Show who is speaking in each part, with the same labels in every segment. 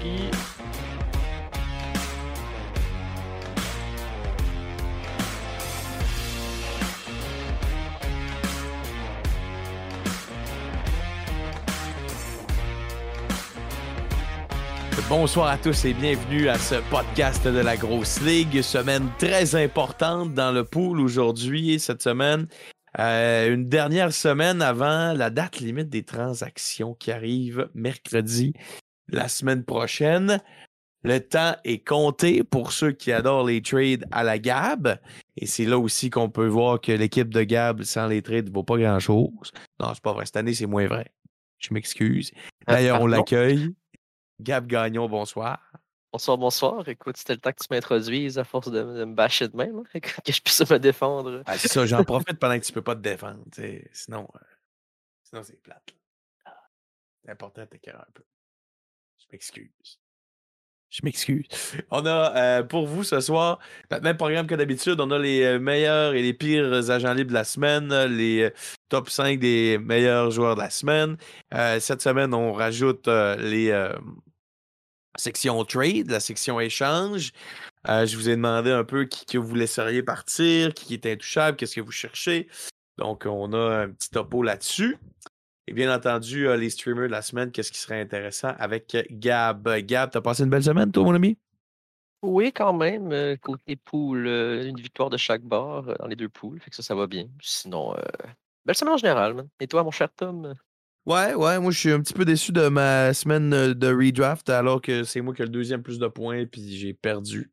Speaker 1: qui
Speaker 2: Bonsoir à tous et bienvenue à ce podcast de la Grosse Ligue. Semaine très importante dans le pool aujourd'hui et cette semaine. euh, une dernière semaine avant la date limite des transactions qui arrive mercredi la semaine prochaine. Le temps est compté pour ceux qui adorent les trades à la Gab. Et c'est là aussi qu'on peut voir que l'équipe de Gab sans les trades ne vaut pas grand-chose. Non, c'est pas vrai. Cette année, c'est moins vrai. Je m'excuse. D'ailleurs, on
Speaker 1: Pardon.
Speaker 2: l'accueille. Gab Gagnon, bonsoir.
Speaker 1: Bonsoir, bonsoir. Écoute, c'était le temps que tu m'introduises à force de, de me bâcher de même, hein, que je puisse me défendre.
Speaker 2: Ah, c'est ça, j'en profite pendant que tu peux pas te défendre. tu sais, Sinon, euh, sinon c'est plate. là. C'est important de t'écœurer un peu. Je m'excuse. Je m'excuse. On a euh, pour vous ce soir le même programme que d'habitude. On a les euh, meilleurs et les pires agents libres de la semaine, les euh, top 5 des meilleurs joueurs de la semaine. Euh, cette semaine, on rajoute euh, les euh, sections trade, la section échange. Euh, je vous ai demandé un peu qui que vous laisseriez partir, qui est intouchable, qu'est-ce que vous cherchez. Donc, on a un petit topo là-dessus. Et bien entendu, euh, les streamers de la semaine, qu'est-ce qui serait intéressant avec euh, Gab. Gab, t'as passé une belle semaine, toi, mon ami?
Speaker 1: Oui, quand même, euh, côté poule, euh, une victoire de chaque bord euh, dans les deux poules, fait que ça, ça va bien. Sinon, euh, belle semaine en général. man. Et toi, mon cher Tom?
Speaker 2: Ouais, ouais, moi je suis un petit peu déçu de ma semaine euh, de redraft alors que c'est moi qui ai le deuxième plus de points puis j'ai perdu.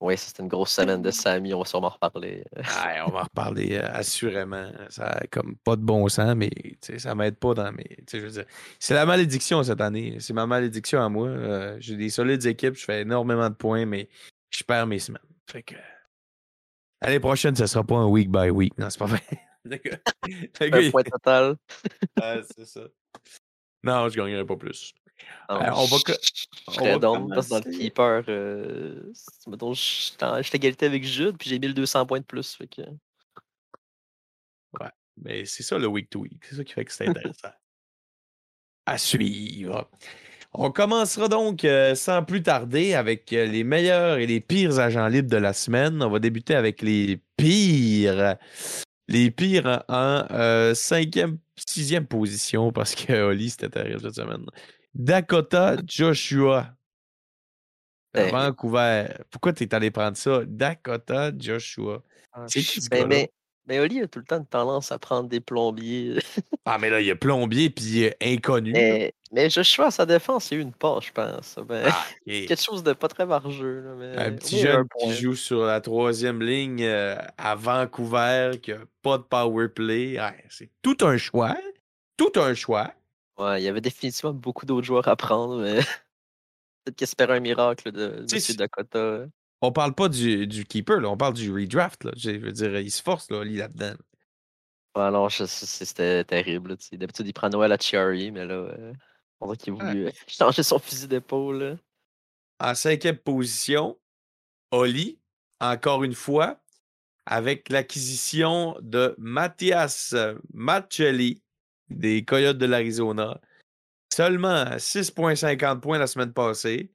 Speaker 1: Oui, ça, c'était une grosse semaine de Samy, on va sûrement en reparler. Euh,
Speaker 2: Ouais, on va en reparler euh, assurément. Ça a comme pas de bon sens, mais tu sais, ça m'aide pas dans mes. tu sais, je veux dire, C'est la malédiction cette année. C'est ma malédiction à moi. Euh, J'ai des solides équipes, je fais énormément de points, mais je perds mes semaines. Fait que. L'année prochaine, ce sera pas un week by week. Non, c'est pas vrai. Le gars- le gars,
Speaker 1: Un
Speaker 2: il-
Speaker 1: point total.
Speaker 2: Ouais, c'est ça. Non, je gagnerai pas plus.
Speaker 1: Non,
Speaker 2: Euh, on va que-
Speaker 1: Je
Speaker 2: on
Speaker 1: serais
Speaker 2: va
Speaker 1: donc parce que dans le
Speaker 2: commencer.
Speaker 1: keeper. Euh, si, mettons, je t'en- je suis à égalité avec Jude, puis j'ai 1200 points de plus. Fait que...
Speaker 2: Mais c'est ça le week to week. C'est ça qui fait que c'est intéressant. à suivre. On commencera donc euh, sans plus tarder avec euh, les meilleurs et les pires agents libres de la semaine. On va débuter avec les pires. Les pires en euh, cinquième, sixième position parce que euh, Oli, c'était terrible cette semaine. Dakota Joshua. de
Speaker 1: Terrible.
Speaker 2: Vancouver. Pourquoi t'es allé prendre ça? Dakota Joshua.
Speaker 1: Ah,
Speaker 2: C'est
Speaker 1: je-
Speaker 2: qui ce
Speaker 1: ben,
Speaker 2: gars-là?
Speaker 1: mais, mais Oli a tout le temps une tendance à prendre des plombiers.
Speaker 2: Ah, mais là, il est plombier puis il est inconnu.
Speaker 1: Mais, mais Joshua, à sa défense, il y a eu une passe, je pense. Ben,
Speaker 2: Ah, ok.
Speaker 1: Quelque chose de pas très vargeux. là, mais
Speaker 2: Un
Speaker 1: au
Speaker 2: petit
Speaker 1: moins, il y a
Speaker 2: jeune
Speaker 1: un
Speaker 2: qui
Speaker 1: point.
Speaker 2: joue sur la troisième ligne euh, à Vancouver, qui n'a pas de power play. Ouais, c'est tout un choix. Tout un choix.
Speaker 1: Ouais, il y avait définitivement beaucoup d'autres joueurs à prendre, mais peut-être qu'il espérait un miracle de
Speaker 2: Tu sais,
Speaker 1: Monsieur Dakota.
Speaker 2: On parle pas du, du keeper, là, on parle du redraft. Là. Je veux dire, il se force là, lui, là-dedans.
Speaker 1: Ouais, non, je- c'est- c'est- c'était terrible. là, tu sais. D'habitude, il prend Noël à Chiari, mais là, euh, on dirait qu'il a
Speaker 2: Ouais.
Speaker 1: voulu euh, changer son fusil d'épaule. là.
Speaker 2: En cinquième position, Oli, encore une fois, avec l'acquisition de Mathias Macelli des Coyotes de l'Arizona. Seulement 6,50 points la semaine passée.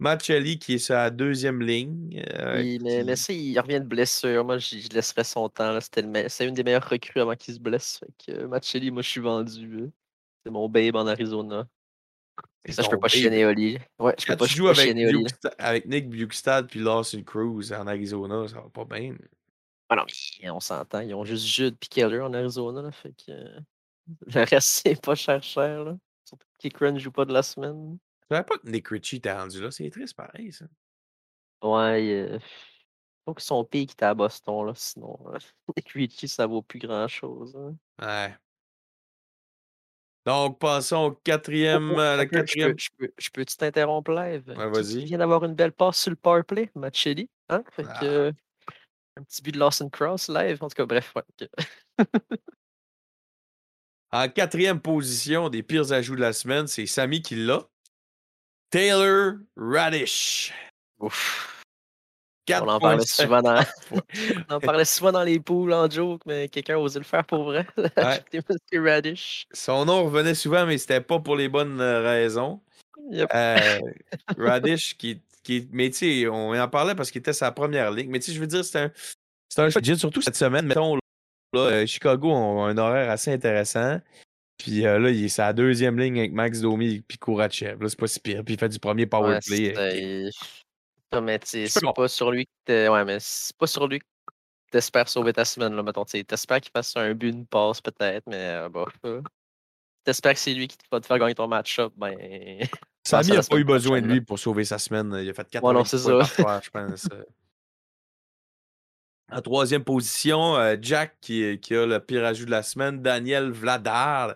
Speaker 2: Macelli qui est sa deuxième ligne. euh,
Speaker 1: Il- mais, mais
Speaker 2: qui-
Speaker 1: ça, il revient de blessure. Moi, j'y- je laisserais son temps. là. C'était le me- C'est une des meilleures recrues avant qu'il se blesse. Fait que, euh, Macelli, moi, je suis vendu. là. C'est mon babe en Arizona.
Speaker 2: c'est
Speaker 1: Ça, je
Speaker 2: ton
Speaker 1: peux pas
Speaker 2: babe.
Speaker 1: chienner Oli. Ouais, je peux
Speaker 2: Quand
Speaker 1: pas,
Speaker 2: tu
Speaker 1: je
Speaker 2: joues
Speaker 1: peux pas
Speaker 2: avec,
Speaker 1: chienner Oli.
Speaker 2: Bukestad- avec Nick Bukestad puis Lawson Cruz en Arizona, ça va pas bien.
Speaker 1: Ah non, mais on s'entend. Ils ont juste Jude puis Keller en Arizona. Là, fait que euh, le reste, c'est pas cher, cher. Là. Surtout que Kikren joue pas de la semaine.
Speaker 2: Je savais pas que Nick Ritchie était rendu là. C'est triste pareil, ça.
Speaker 1: Ouais, euh, faut que son pays qui était à Boston. Là, sinon, euh, Nick Ritchie, ça vaut plus hein. grand chose.
Speaker 2: Ouais. Donc, passons au quatrième. euh, la
Speaker 1: Je peux,
Speaker 2: quatrième.
Speaker 1: je peux, je peux-tu t'interrompre live?
Speaker 2: Ouais,
Speaker 1: Qui- qui
Speaker 2: vas-y.
Speaker 1: vient d'avoir une belle passe sur le power play, Macelli. Hein? Fait
Speaker 2: Ah.
Speaker 1: que, euh, un petit but de Lawson Cross live. En tout cas, bref. ouais, que-
Speaker 2: En quatrième position des pires ajouts de la semaine, c'est Samy qui l'a. Taylor Radish.
Speaker 1: Ouf. On en parlait
Speaker 2: 4,5
Speaker 1: souvent dans,
Speaker 2: points.
Speaker 1: On en parlait souvent dans les poules en joke, mais quelqu'un osait le faire pour vrai. Acheter Mr. Radish.
Speaker 2: Son nom revenait souvent, mais c'était pas pour les bonnes euh, raisons.
Speaker 1: Yep.
Speaker 2: Euh, Radish, qui, qui. Mais tu sais, on en parlait parce qu'il était sa première ligue. Mais tu sais, je veux dire, c'est un, c'est un choix. J'ai surtout cette semaine, mettons, là, euh, Chicago ont un horaire assez intéressant. Puis euh, là, il est sa deuxième ligne avec Max Domi puis Kourachev. Là, c'est pas si pire. Puis il fait du premier power
Speaker 1: Ouais,
Speaker 2: play. euh,
Speaker 1: c'est- euh, Non, mais tu sais,
Speaker 2: Je peux
Speaker 1: c'est pas sur lui que t'es- ouais, mais c'est pas sur lui que t'espères sauver ta semaine, là, mettons. tu sais. T'espères qu'il fasse un but, une passe, peut-être, mais euh, bah. euh, T'espères que c'est lui qui te- va te faire gagner ton match-up, ben.
Speaker 2: Samy
Speaker 1: ça
Speaker 2: n'a
Speaker 1: la
Speaker 2: pas eu
Speaker 1: semaine
Speaker 2: besoin de
Speaker 1: prochaine,
Speaker 2: lui pour sauver sa semaine. Il a fait 4
Speaker 1: Ouais, non, c'est
Speaker 2: je pense. euh. En troisième position, euh, Jack qui, est- qui a le pire ajout de la semaine. Daniel Vladar.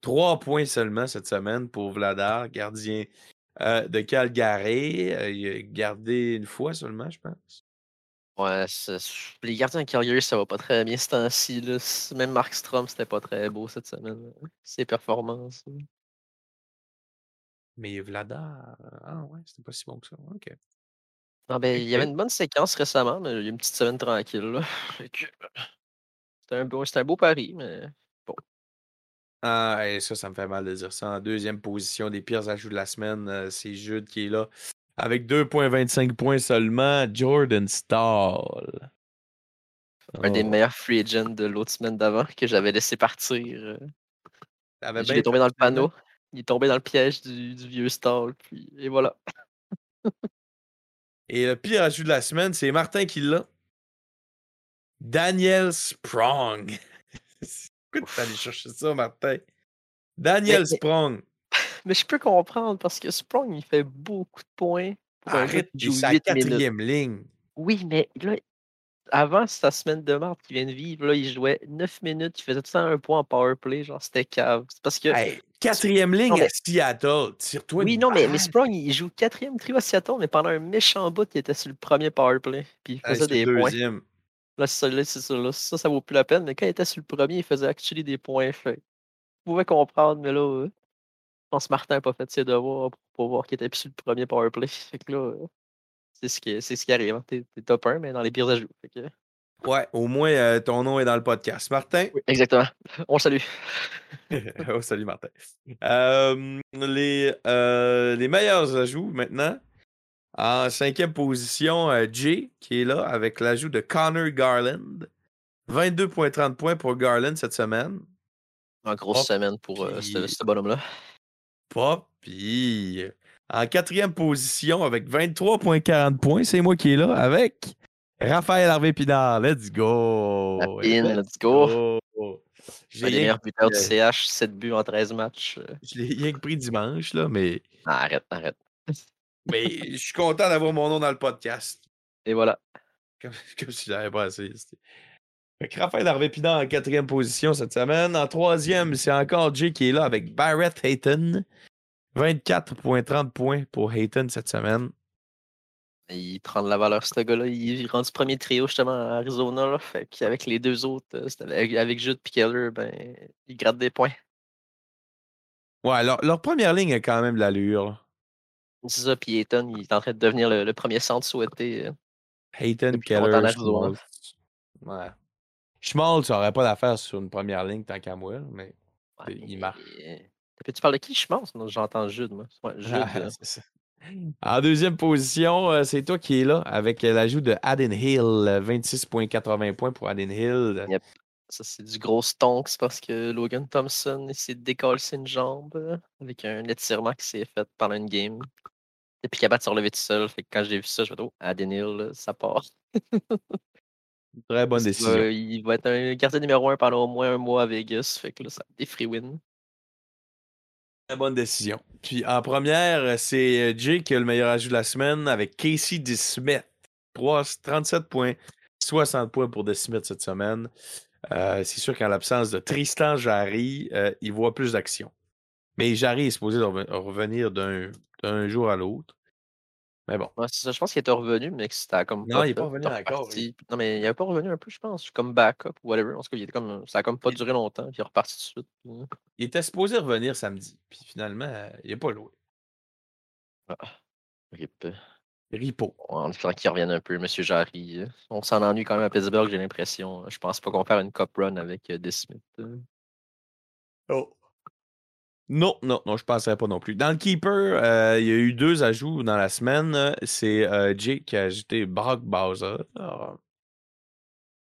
Speaker 2: Trois points seulement cette semaine pour Vladar, gardien euh, de Calgary. Euh, il a gardé une fois seulement, je pense.
Speaker 1: Ouais, c'est- les gardiens de Calgary, ça va pas très bien ce temps-ci. là. C- Même Mark Strom, c'était pas très beau cette semaine. là. Ses performances. là.
Speaker 2: Mais Vladar, euh, ah ouais, c'était pas si bon que ça. OK.
Speaker 1: Non, ben, il y avait
Speaker 2: Ok.
Speaker 1: une bonne séquence récemment, mais il y a une petite semaine tranquille. là. Fait que, C'était un, beau- c'était un beau pari, mais.
Speaker 2: Ah, et ça, ça me fait mal de dire ça. En deuxième position des pires ajouts de la semaine, euh, c'est Jude qui est là. Avec 2,25 points seulement, Jordan Stahl.
Speaker 1: un des
Speaker 2: Oh,
Speaker 1: meilleurs free agents de l'autre semaine d'avant que j'avais laissé partir. euh,
Speaker 2: t'avais
Speaker 1: je
Speaker 2: bien
Speaker 1: l'ai tombé
Speaker 2: fait
Speaker 1: dans le
Speaker 2: finalement.
Speaker 1: panneau. Il est tombé dans le piège du, du vieux stall. Puis, et voilà.
Speaker 2: Et le pire ajout de la semaine, c'est Martin qui l'a. Daniel Sprong. Pourquoi t'es allé chercher ça, Martin? Daniel
Speaker 1: Mais- mais-
Speaker 2: Sprong.
Speaker 1: Mais je peux comprendre parce que Sprong, il fait beaucoup de points pour un gars
Speaker 2: Arrête,
Speaker 1: qui
Speaker 2: il est
Speaker 1: joue
Speaker 2: sa
Speaker 1: 8 minutes.
Speaker 2: quatrième ligne.
Speaker 1: Oui, mais là, avant sa semaine de marde qu'il vient de vivre, là, il jouait 9 minutes, il faisait tout ça un point en powerplay, genre c'était cave. C'est parce que.
Speaker 2: Hey, quatrième ligne
Speaker 1: mais-
Speaker 2: à Seattle. Tire-toi
Speaker 1: oui,
Speaker 2: une
Speaker 1: non, mais, mais
Speaker 2: balle.
Speaker 1: Sprong, il joue quatrième trio à Seattle, mais pendant un méchant bout, il était sur le premier powerplay. Puis il
Speaker 2: Hey,
Speaker 1: faisait
Speaker 2: c'est
Speaker 1: des points.
Speaker 2: deuxième.
Speaker 1: Là, ça, là, c'est ça, là, ça, ça vaut plus la peine. Mais quand il était sur le premier, il faisait actually des points. Fait. que Vous pouvez comprendre, mais là, euh, je pense que Martin n'a pas fait ses devoirs pour, pour voir qu'il était plus sur le premier powerplay. Fait que là, euh, c'est ce qui, c'est ce qui arrive. hein. T'es, t'es top 1, mais dans les pires ajouts. Fait que-
Speaker 2: Ouais, au moins euh, ton nom est dans le podcast. Martin.
Speaker 1: Oui, exactement. On le salue.
Speaker 2: oh, salut Martin. Euh, les, euh, les meilleurs ajouts maintenant. En cinquième position, euh, Jay, qui est là avec l'ajout de Connor Garland. 22,30 points pour Garland cette semaine.
Speaker 1: En grosse
Speaker 2: Hop,
Speaker 1: semaine pour euh, ce,
Speaker 2: puis-
Speaker 1: ce bonhomme-là.
Speaker 2: Pas pire. euh, En quatrième position, avec 23,40 points, c'est moi qui est là avec Raphaël Harvey Pinard. Let's go!
Speaker 1: La
Speaker 2: Let's
Speaker 1: pin, let's go.
Speaker 2: go.
Speaker 1: Un
Speaker 2: J'ai
Speaker 1: des
Speaker 2: rien,
Speaker 1: meilleurs buteurs du
Speaker 2: euh,
Speaker 1: CH, 7 buts en 13 matchs. euh.
Speaker 2: je l'ai rien que pris dimanche, là, mais
Speaker 1: Ah, arrête, arrête.
Speaker 2: Mais je suis content d'avoir mon nom dans le podcast.
Speaker 1: Et voilà.
Speaker 2: Comme, comme si je l'avais pas assez. c'était- Fait que Raphaël Harvey Pinard en quatrième position cette semaine. En troisième, c'est encore Jay qui est là avec Barrett Hayton. 24,30 points pour Hayton cette semaine.
Speaker 1: Il prend de la valeur, ce gars-là. Il est rendu premier trio, justement, à Arizona. Là. Fait qu'avec les deux autres, euh, c'était avec, avec Jude et Keller, ben, il gratte des points.
Speaker 2: Ouais, leur, leur première ligne a quand même de l'allure. là.
Speaker 1: C'est ça, puis Eton, il est en train de devenir le, le premier centre souhaité. euh.
Speaker 2: Hayton,
Speaker 1: Depuis longtemps,
Speaker 2: Keller,
Speaker 1: l'Arizona.
Speaker 2: Schmaltz. Ouais. Schmaltz, ça aurait pas d'affaire sur une première ligne tant qu'à moi, là, mais
Speaker 1: Ouais,
Speaker 2: Il
Speaker 1: mais,
Speaker 2: marque.
Speaker 1: euh, puis tu parles de qui, je pense? Non, J'entends Jude, moi. Ouais, Jude, euh,
Speaker 2: Ah, C'est ça. En deuxième position, euh, c'est toi qui es là avec euh, l'ajout de Aden Hill. euh, 26,80 points pour Aden Hill.
Speaker 1: Yep. Ça, c'est du gros stonks parce que Logan Thompson il s'est décollé une jambe euh, avec un étirement qui s'est fait pendant une game. Et puis Kabat s'est relevé tout seul. Fait que quand j'ai vu ça, je me dis, oh, Adenil, là, ça part.
Speaker 2: Très bonne
Speaker 1: Parce qu'il
Speaker 2: décision.
Speaker 1: va- il va être un gardien numéro 1 pendant au moins un mois à Vegas. Fait que là, ça des free wins.
Speaker 2: Très bonne décision. Puis en première, euh, c'est euh, Jay qui a le meilleur ajout de la semaine avec Casey DeSmith. 3 37 points, 60 points pour DeSmith cette semaine. Euh, c'est sûr qu'en l'absence de Tristan Jarry, euh, il voit plus d'action. Mais Jarry est supposé de reven- revenir d'un d'un jour à l'autre. Mais bon.
Speaker 1: Ouais, c'est ça, je pense qu'il était revenu, mais que c'était comme.
Speaker 2: Non, il est
Speaker 1: fait,
Speaker 2: pas revenu
Speaker 1: était
Speaker 2: encore,
Speaker 1: reparti.
Speaker 2: lui.
Speaker 1: Non, mais il n'est pas revenu un peu, je pense. Comme backup ou whatever. En tout cas, il était comme... ça a comme pas duré longtemps. Puis il est reparti tout de suite. Mm.
Speaker 2: Il était supposé revenir samedi, puis finalement, euh, il n'est pas loué.
Speaker 1: Ah, rip.
Speaker 2: Ripo.
Speaker 1: En espérant qu'il revienne un peu, M. Jarry. euh. On s'en ennuie quand même à Pittsburgh, j'ai l'impression. hein. Je pense pas qu'on va faire une cup run avec euh, Des Smith. euh.
Speaker 2: Oh. Non, non, non, je ne penserais pas non plus. Dans le Keeper, euh, il y a eu deux ajouts dans la semaine. C'est euh, Jake qui a ajouté Brock Bowser euh,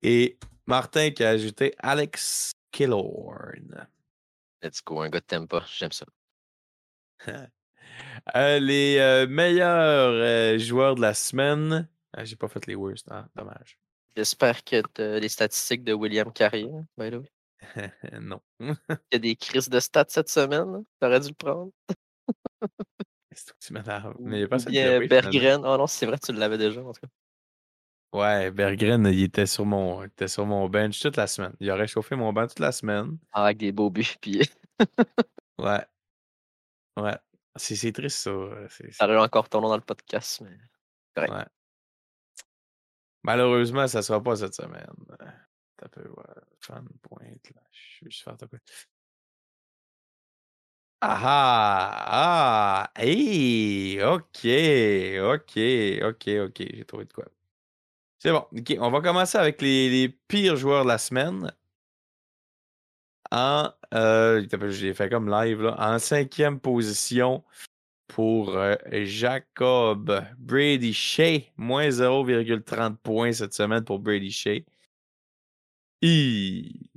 Speaker 2: et Martin qui a ajouté Alex Killorn.
Speaker 1: Let's go, un gars de Tempa. J'aime ça.
Speaker 2: Euh, les euh, meilleurs euh, joueurs de la semaine. Ah, J'ai pas fait les worst, hein, dommage.
Speaker 1: J'espère que t'as les statistiques de William Carrier, hein, by the way.
Speaker 2: non.
Speaker 1: Il y a des crises de stats cette semaine. là. T'aurais dû le prendre.
Speaker 2: C'est tout petit m'énerve.
Speaker 1: Ou
Speaker 2: Mais il y a personne qui l'a
Speaker 1: bien
Speaker 2: pris, finalement.
Speaker 1: Berggren. Oh non, c'est vrai, tu l'avais déjà, en tout cas.
Speaker 2: Ouais, Berggren, il était sur mon il était sur mon bench toute la semaine. Il aurait chauffé mon banc toute la semaine.
Speaker 1: Ah, avec des beaux buts, puis
Speaker 2: Ouais. Ouais. C'est c'est triste, ça. C'est- c'est-
Speaker 1: ça aurait encore ton nom dans le podcast. Mais...
Speaker 2: Malheureusement, ça sera pas cette semaine. T'as peu, ouais. Fan pointe, là. Je vais juste faire ta quoi. Ah ah! Ah! Hey! Ok! Ok! Ok! Ok! J'ai trouvé de quoi. C'est bon. Ok, on va commencer avec les, les pires joueurs de la semaine. En. Euh, t'as peu, je l'ai fait comme live, là. En cinquième position pour euh, Jacob Brady Shea. Moins 0,30 points cette semaine pour Brady Shea. I.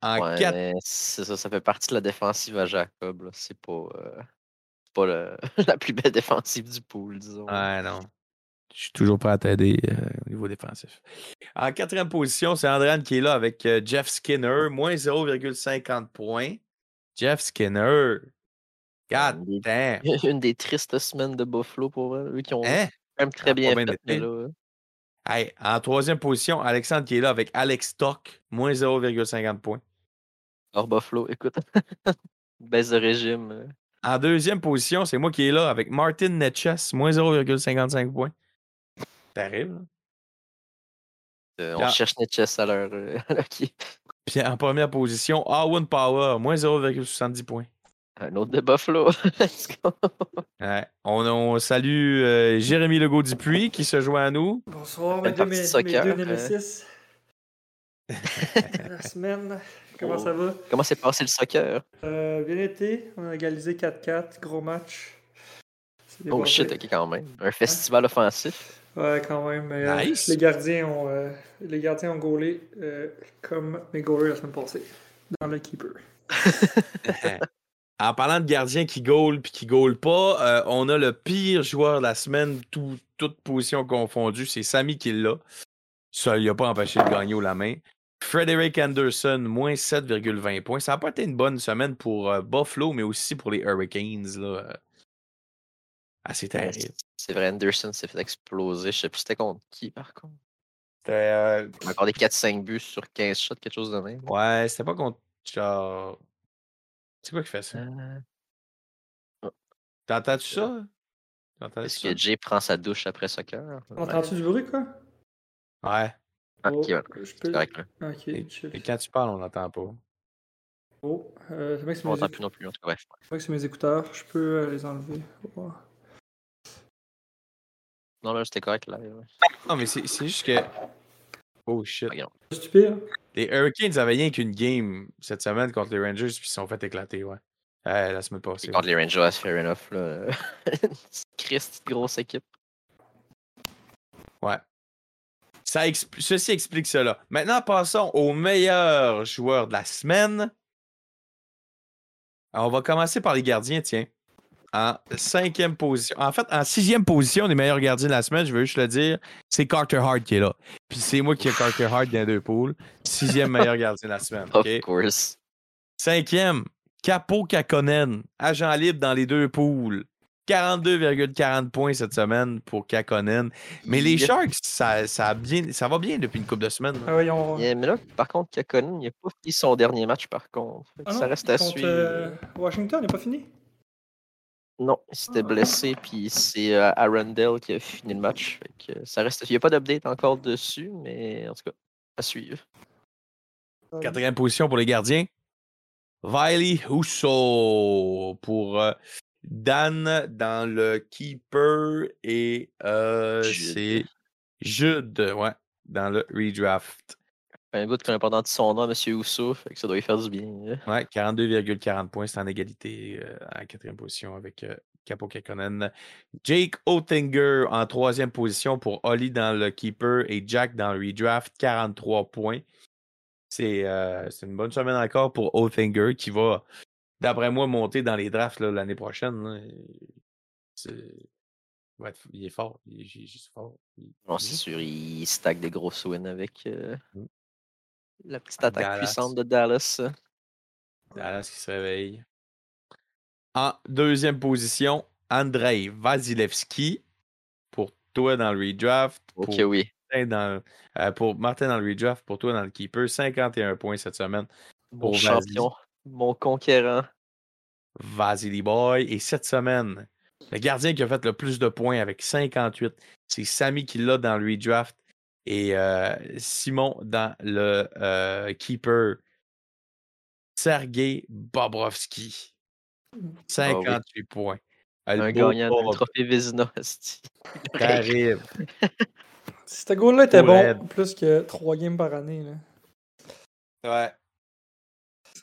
Speaker 2: En
Speaker 1: Ouais,
Speaker 2: quatre-
Speaker 1: mais c'est ça, ça fait partie de la défensive à Jacob. là. C'est pas, euh, c'est pas le- la plus belle défensive du pool, disons.
Speaker 2: Ouais, non. Je suis toujours prêt à t'aider euh, au niveau défensif. En quatrième position, c'est Andréane qui est là avec euh, Jeff Skinner, moins 0,50 points. Jeff Skinner. God
Speaker 1: Une des-
Speaker 2: damn.
Speaker 1: Une des tristes semaines de Buffalo pour eux, eux qui ont
Speaker 2: Hein?
Speaker 1: quand
Speaker 2: Ça a
Speaker 1: même très bien
Speaker 2: pas bien
Speaker 1: fait. mais
Speaker 2: été.
Speaker 1: là, euh,
Speaker 2: Hey, en troisième position, Alexandre qui est là avec Alex Stock, moins 0,50 points.
Speaker 1: hors Buffalo, écoute. Baisse de régime. euh.
Speaker 2: En deuxième position, c'est moi qui est là avec Martin Netches, moins 0,55 points. T'arrives, là?
Speaker 1: Euh, on
Speaker 2: Pierre-
Speaker 1: cherche Netchess à l'heure euh, à l'heure qui-
Speaker 2: Puis en première position, Owen Power, moins 0,70 points.
Speaker 1: Un autre de Buffalo. Let's go.
Speaker 2: Ouais. On, on salue euh, Jérémy Legault Dupuis qui se joint à nous.
Speaker 3: Bonsoir,
Speaker 1: Quelle
Speaker 3: mes deux,
Speaker 1: partie
Speaker 3: mes,
Speaker 1: de soccer,
Speaker 3: mes
Speaker 1: euh?
Speaker 3: deux Nemesis. la semaine, comment
Speaker 1: Oh.
Speaker 3: ça va?
Speaker 1: Comment s'est passé le soccer?
Speaker 3: Euh, bien été, on a égalisé 4-4, gros match. C'est
Speaker 1: Oh
Speaker 3: dépassé.
Speaker 1: shit, ok, quand même. Un festival offensif.
Speaker 3: Ouais, quand même. mais, euh,
Speaker 2: Nice.
Speaker 3: les, gardiens ont, euh, les gardiens ont gaulé euh, comme mes goalers la semaine passée, dans le Keeper.
Speaker 2: en parlant de gardien qui goal puis qui goal pas, euh, on a le pire joueur de la semaine, tout- toutes positions confondues. C'est Samy qui l'a. Ça ne l'a pas empêché de gagner au la main. Frederick Anderson, moins 7,20 points. Ça n'a pas été une bonne semaine pour euh, Buffalo, mais aussi pour les Hurricanes. Là. euh. Ah, c'est
Speaker 1: Ouais,
Speaker 2: terrible.
Speaker 1: C'est vrai, Anderson s'est fait exploser. Je sais plus c'était contre qui, par contre.
Speaker 2: C'était, euh,
Speaker 1: Il a accordé 4-5 buts sur 15 shots, quelque chose de même.
Speaker 2: Ouais, c'était pas contre. Genre. C'est quoi qui fait ça?
Speaker 1: Euh,
Speaker 2: T'entends-tu ça? T'entends-tu
Speaker 1: Euh, Est-ce
Speaker 2: ça?
Speaker 1: que Jay prend sa douche après soccer?
Speaker 3: Entends-tu du bruit, quoi?
Speaker 2: Ouais.
Speaker 1: Ah, ok,
Speaker 3: Oh,
Speaker 1: ouais,
Speaker 3: je peux...
Speaker 1: c'est correct. là.
Speaker 3: Ok, chill.
Speaker 2: Et quand tu parles, on n'entend pas.
Speaker 3: Oh, euh, c'est vrai que c'est
Speaker 1: On
Speaker 3: mes
Speaker 1: entend
Speaker 3: écouteurs.
Speaker 1: plus non plus. en tout cas, bref.
Speaker 3: C'est vrai que c'est mes écouteurs, je peux euh, les enlever. Oh.
Speaker 1: Non, là, c'était correct. Là, ouais.
Speaker 2: Non, mais c'est c'est juste que. Oh shit.
Speaker 3: C'est hein? pire?
Speaker 2: Les Hurricanes avaient rien qu'une game cette semaine contre les Rangers, puis ils se sont fait éclater, ouais. Euh, la semaine passée.
Speaker 1: Et contre les Rangers, fair enough. Là. Christ, grosse équipe.
Speaker 2: Ouais. Ça expl- Ceci explique cela. Maintenant, passons au meilleur joueur de la semaine. Alors, on va commencer par les gardiens, tiens. En cinquième position. En fait, en sixième position des meilleurs gardiens de la semaine, je veux juste le dire, c'est Carter Hart qui est là. Puis c'est moi qui ai Carter Hart dans les deux poules. Sixième meilleur gardien de la semaine.
Speaker 1: Of
Speaker 2: ok?
Speaker 1: course.
Speaker 2: Cinquième, Capo Kakonen, agent libre dans les deux poules. 42,40 points cette semaine pour Kakonen. Mais les
Speaker 1: Yep.
Speaker 2: Sharks, ça, ça, a bien, ça va bien depuis une couple de semaines. hein. là.
Speaker 3: Ah ouais, ils ont-
Speaker 1: Yeah, mais là, par contre, Kakonin, il n'a pas fini son dernier match, par contre. Fait que
Speaker 3: Ah non,
Speaker 1: ça reste à
Speaker 3: contre,
Speaker 1: suivre.
Speaker 3: euh, Washington n'est pas fini.
Speaker 1: Non, il s'était
Speaker 3: Ah.
Speaker 1: blessé, puis c'est euh, Arundel qui a fini le match. Fait que euh, ça reste... Il n'y a pas d'update encore dessus, mais en tout cas, à suivre.
Speaker 3: Euh,
Speaker 2: Quatrième position pour les gardiens. Viley Husso pour euh, Dan dans le Keeper et euh,
Speaker 1: Jude.
Speaker 2: c'est Jude ouais, dans le Redraft.
Speaker 1: Un bout qu'on a pas entendu son nom, M. Ousso, fait que ça doit lui faire du bien. là.
Speaker 2: Ouais, 42,40 points. C'est en égalité euh, en quatrième position avec euh, Capo Kekkonen. Jake Oettinger en troisième position pour Oli dans le Keeper et Jack dans le Redraft, 43 points. C'est euh, c'est une bonne semaine encore pour Oettinger qui va, d'après moi, monter dans les drafts là, l'année prochaine. là. C'est- il va être- il est fort. Il est ju- juste fort. Il-
Speaker 1: Bon, c'est
Speaker 2: Mhm.
Speaker 1: sûr, il stack des grosses wins avec euh,
Speaker 2: Mm.
Speaker 1: la petite attaque
Speaker 2: Dallas.
Speaker 1: puissante de Dallas. euh.
Speaker 2: Dallas Ah, qui se réveille. En deuxième position, Andrei Vasilevski pour toi dans le redraft. Pour,
Speaker 1: Ok, oui.
Speaker 2: Martin dans, euh, pour Martin dans le redraft, pour toi dans le keeper. 51 points cette semaine.
Speaker 1: Mon
Speaker 2: pour Vasily.
Speaker 1: champion, mon conquérant.
Speaker 2: Vasily Boy. Et cette semaine, le gardien qui a fait le plus de points avec 58, c'est Sami qui l'a dans le redraft et euh, Simon dans le euh, keeper. Sergei Bobrovski. 58 points. Ah, le
Speaker 1: Ah Un
Speaker 2: beau
Speaker 1: gagnant du
Speaker 2: Bob
Speaker 1: trophée Vizina. esti.
Speaker 2: Terrible.
Speaker 3: Si ce goal-là était
Speaker 2: Pour
Speaker 3: bon,
Speaker 2: l'aide.
Speaker 3: plus que 3 games par année, là.
Speaker 2: Ouais.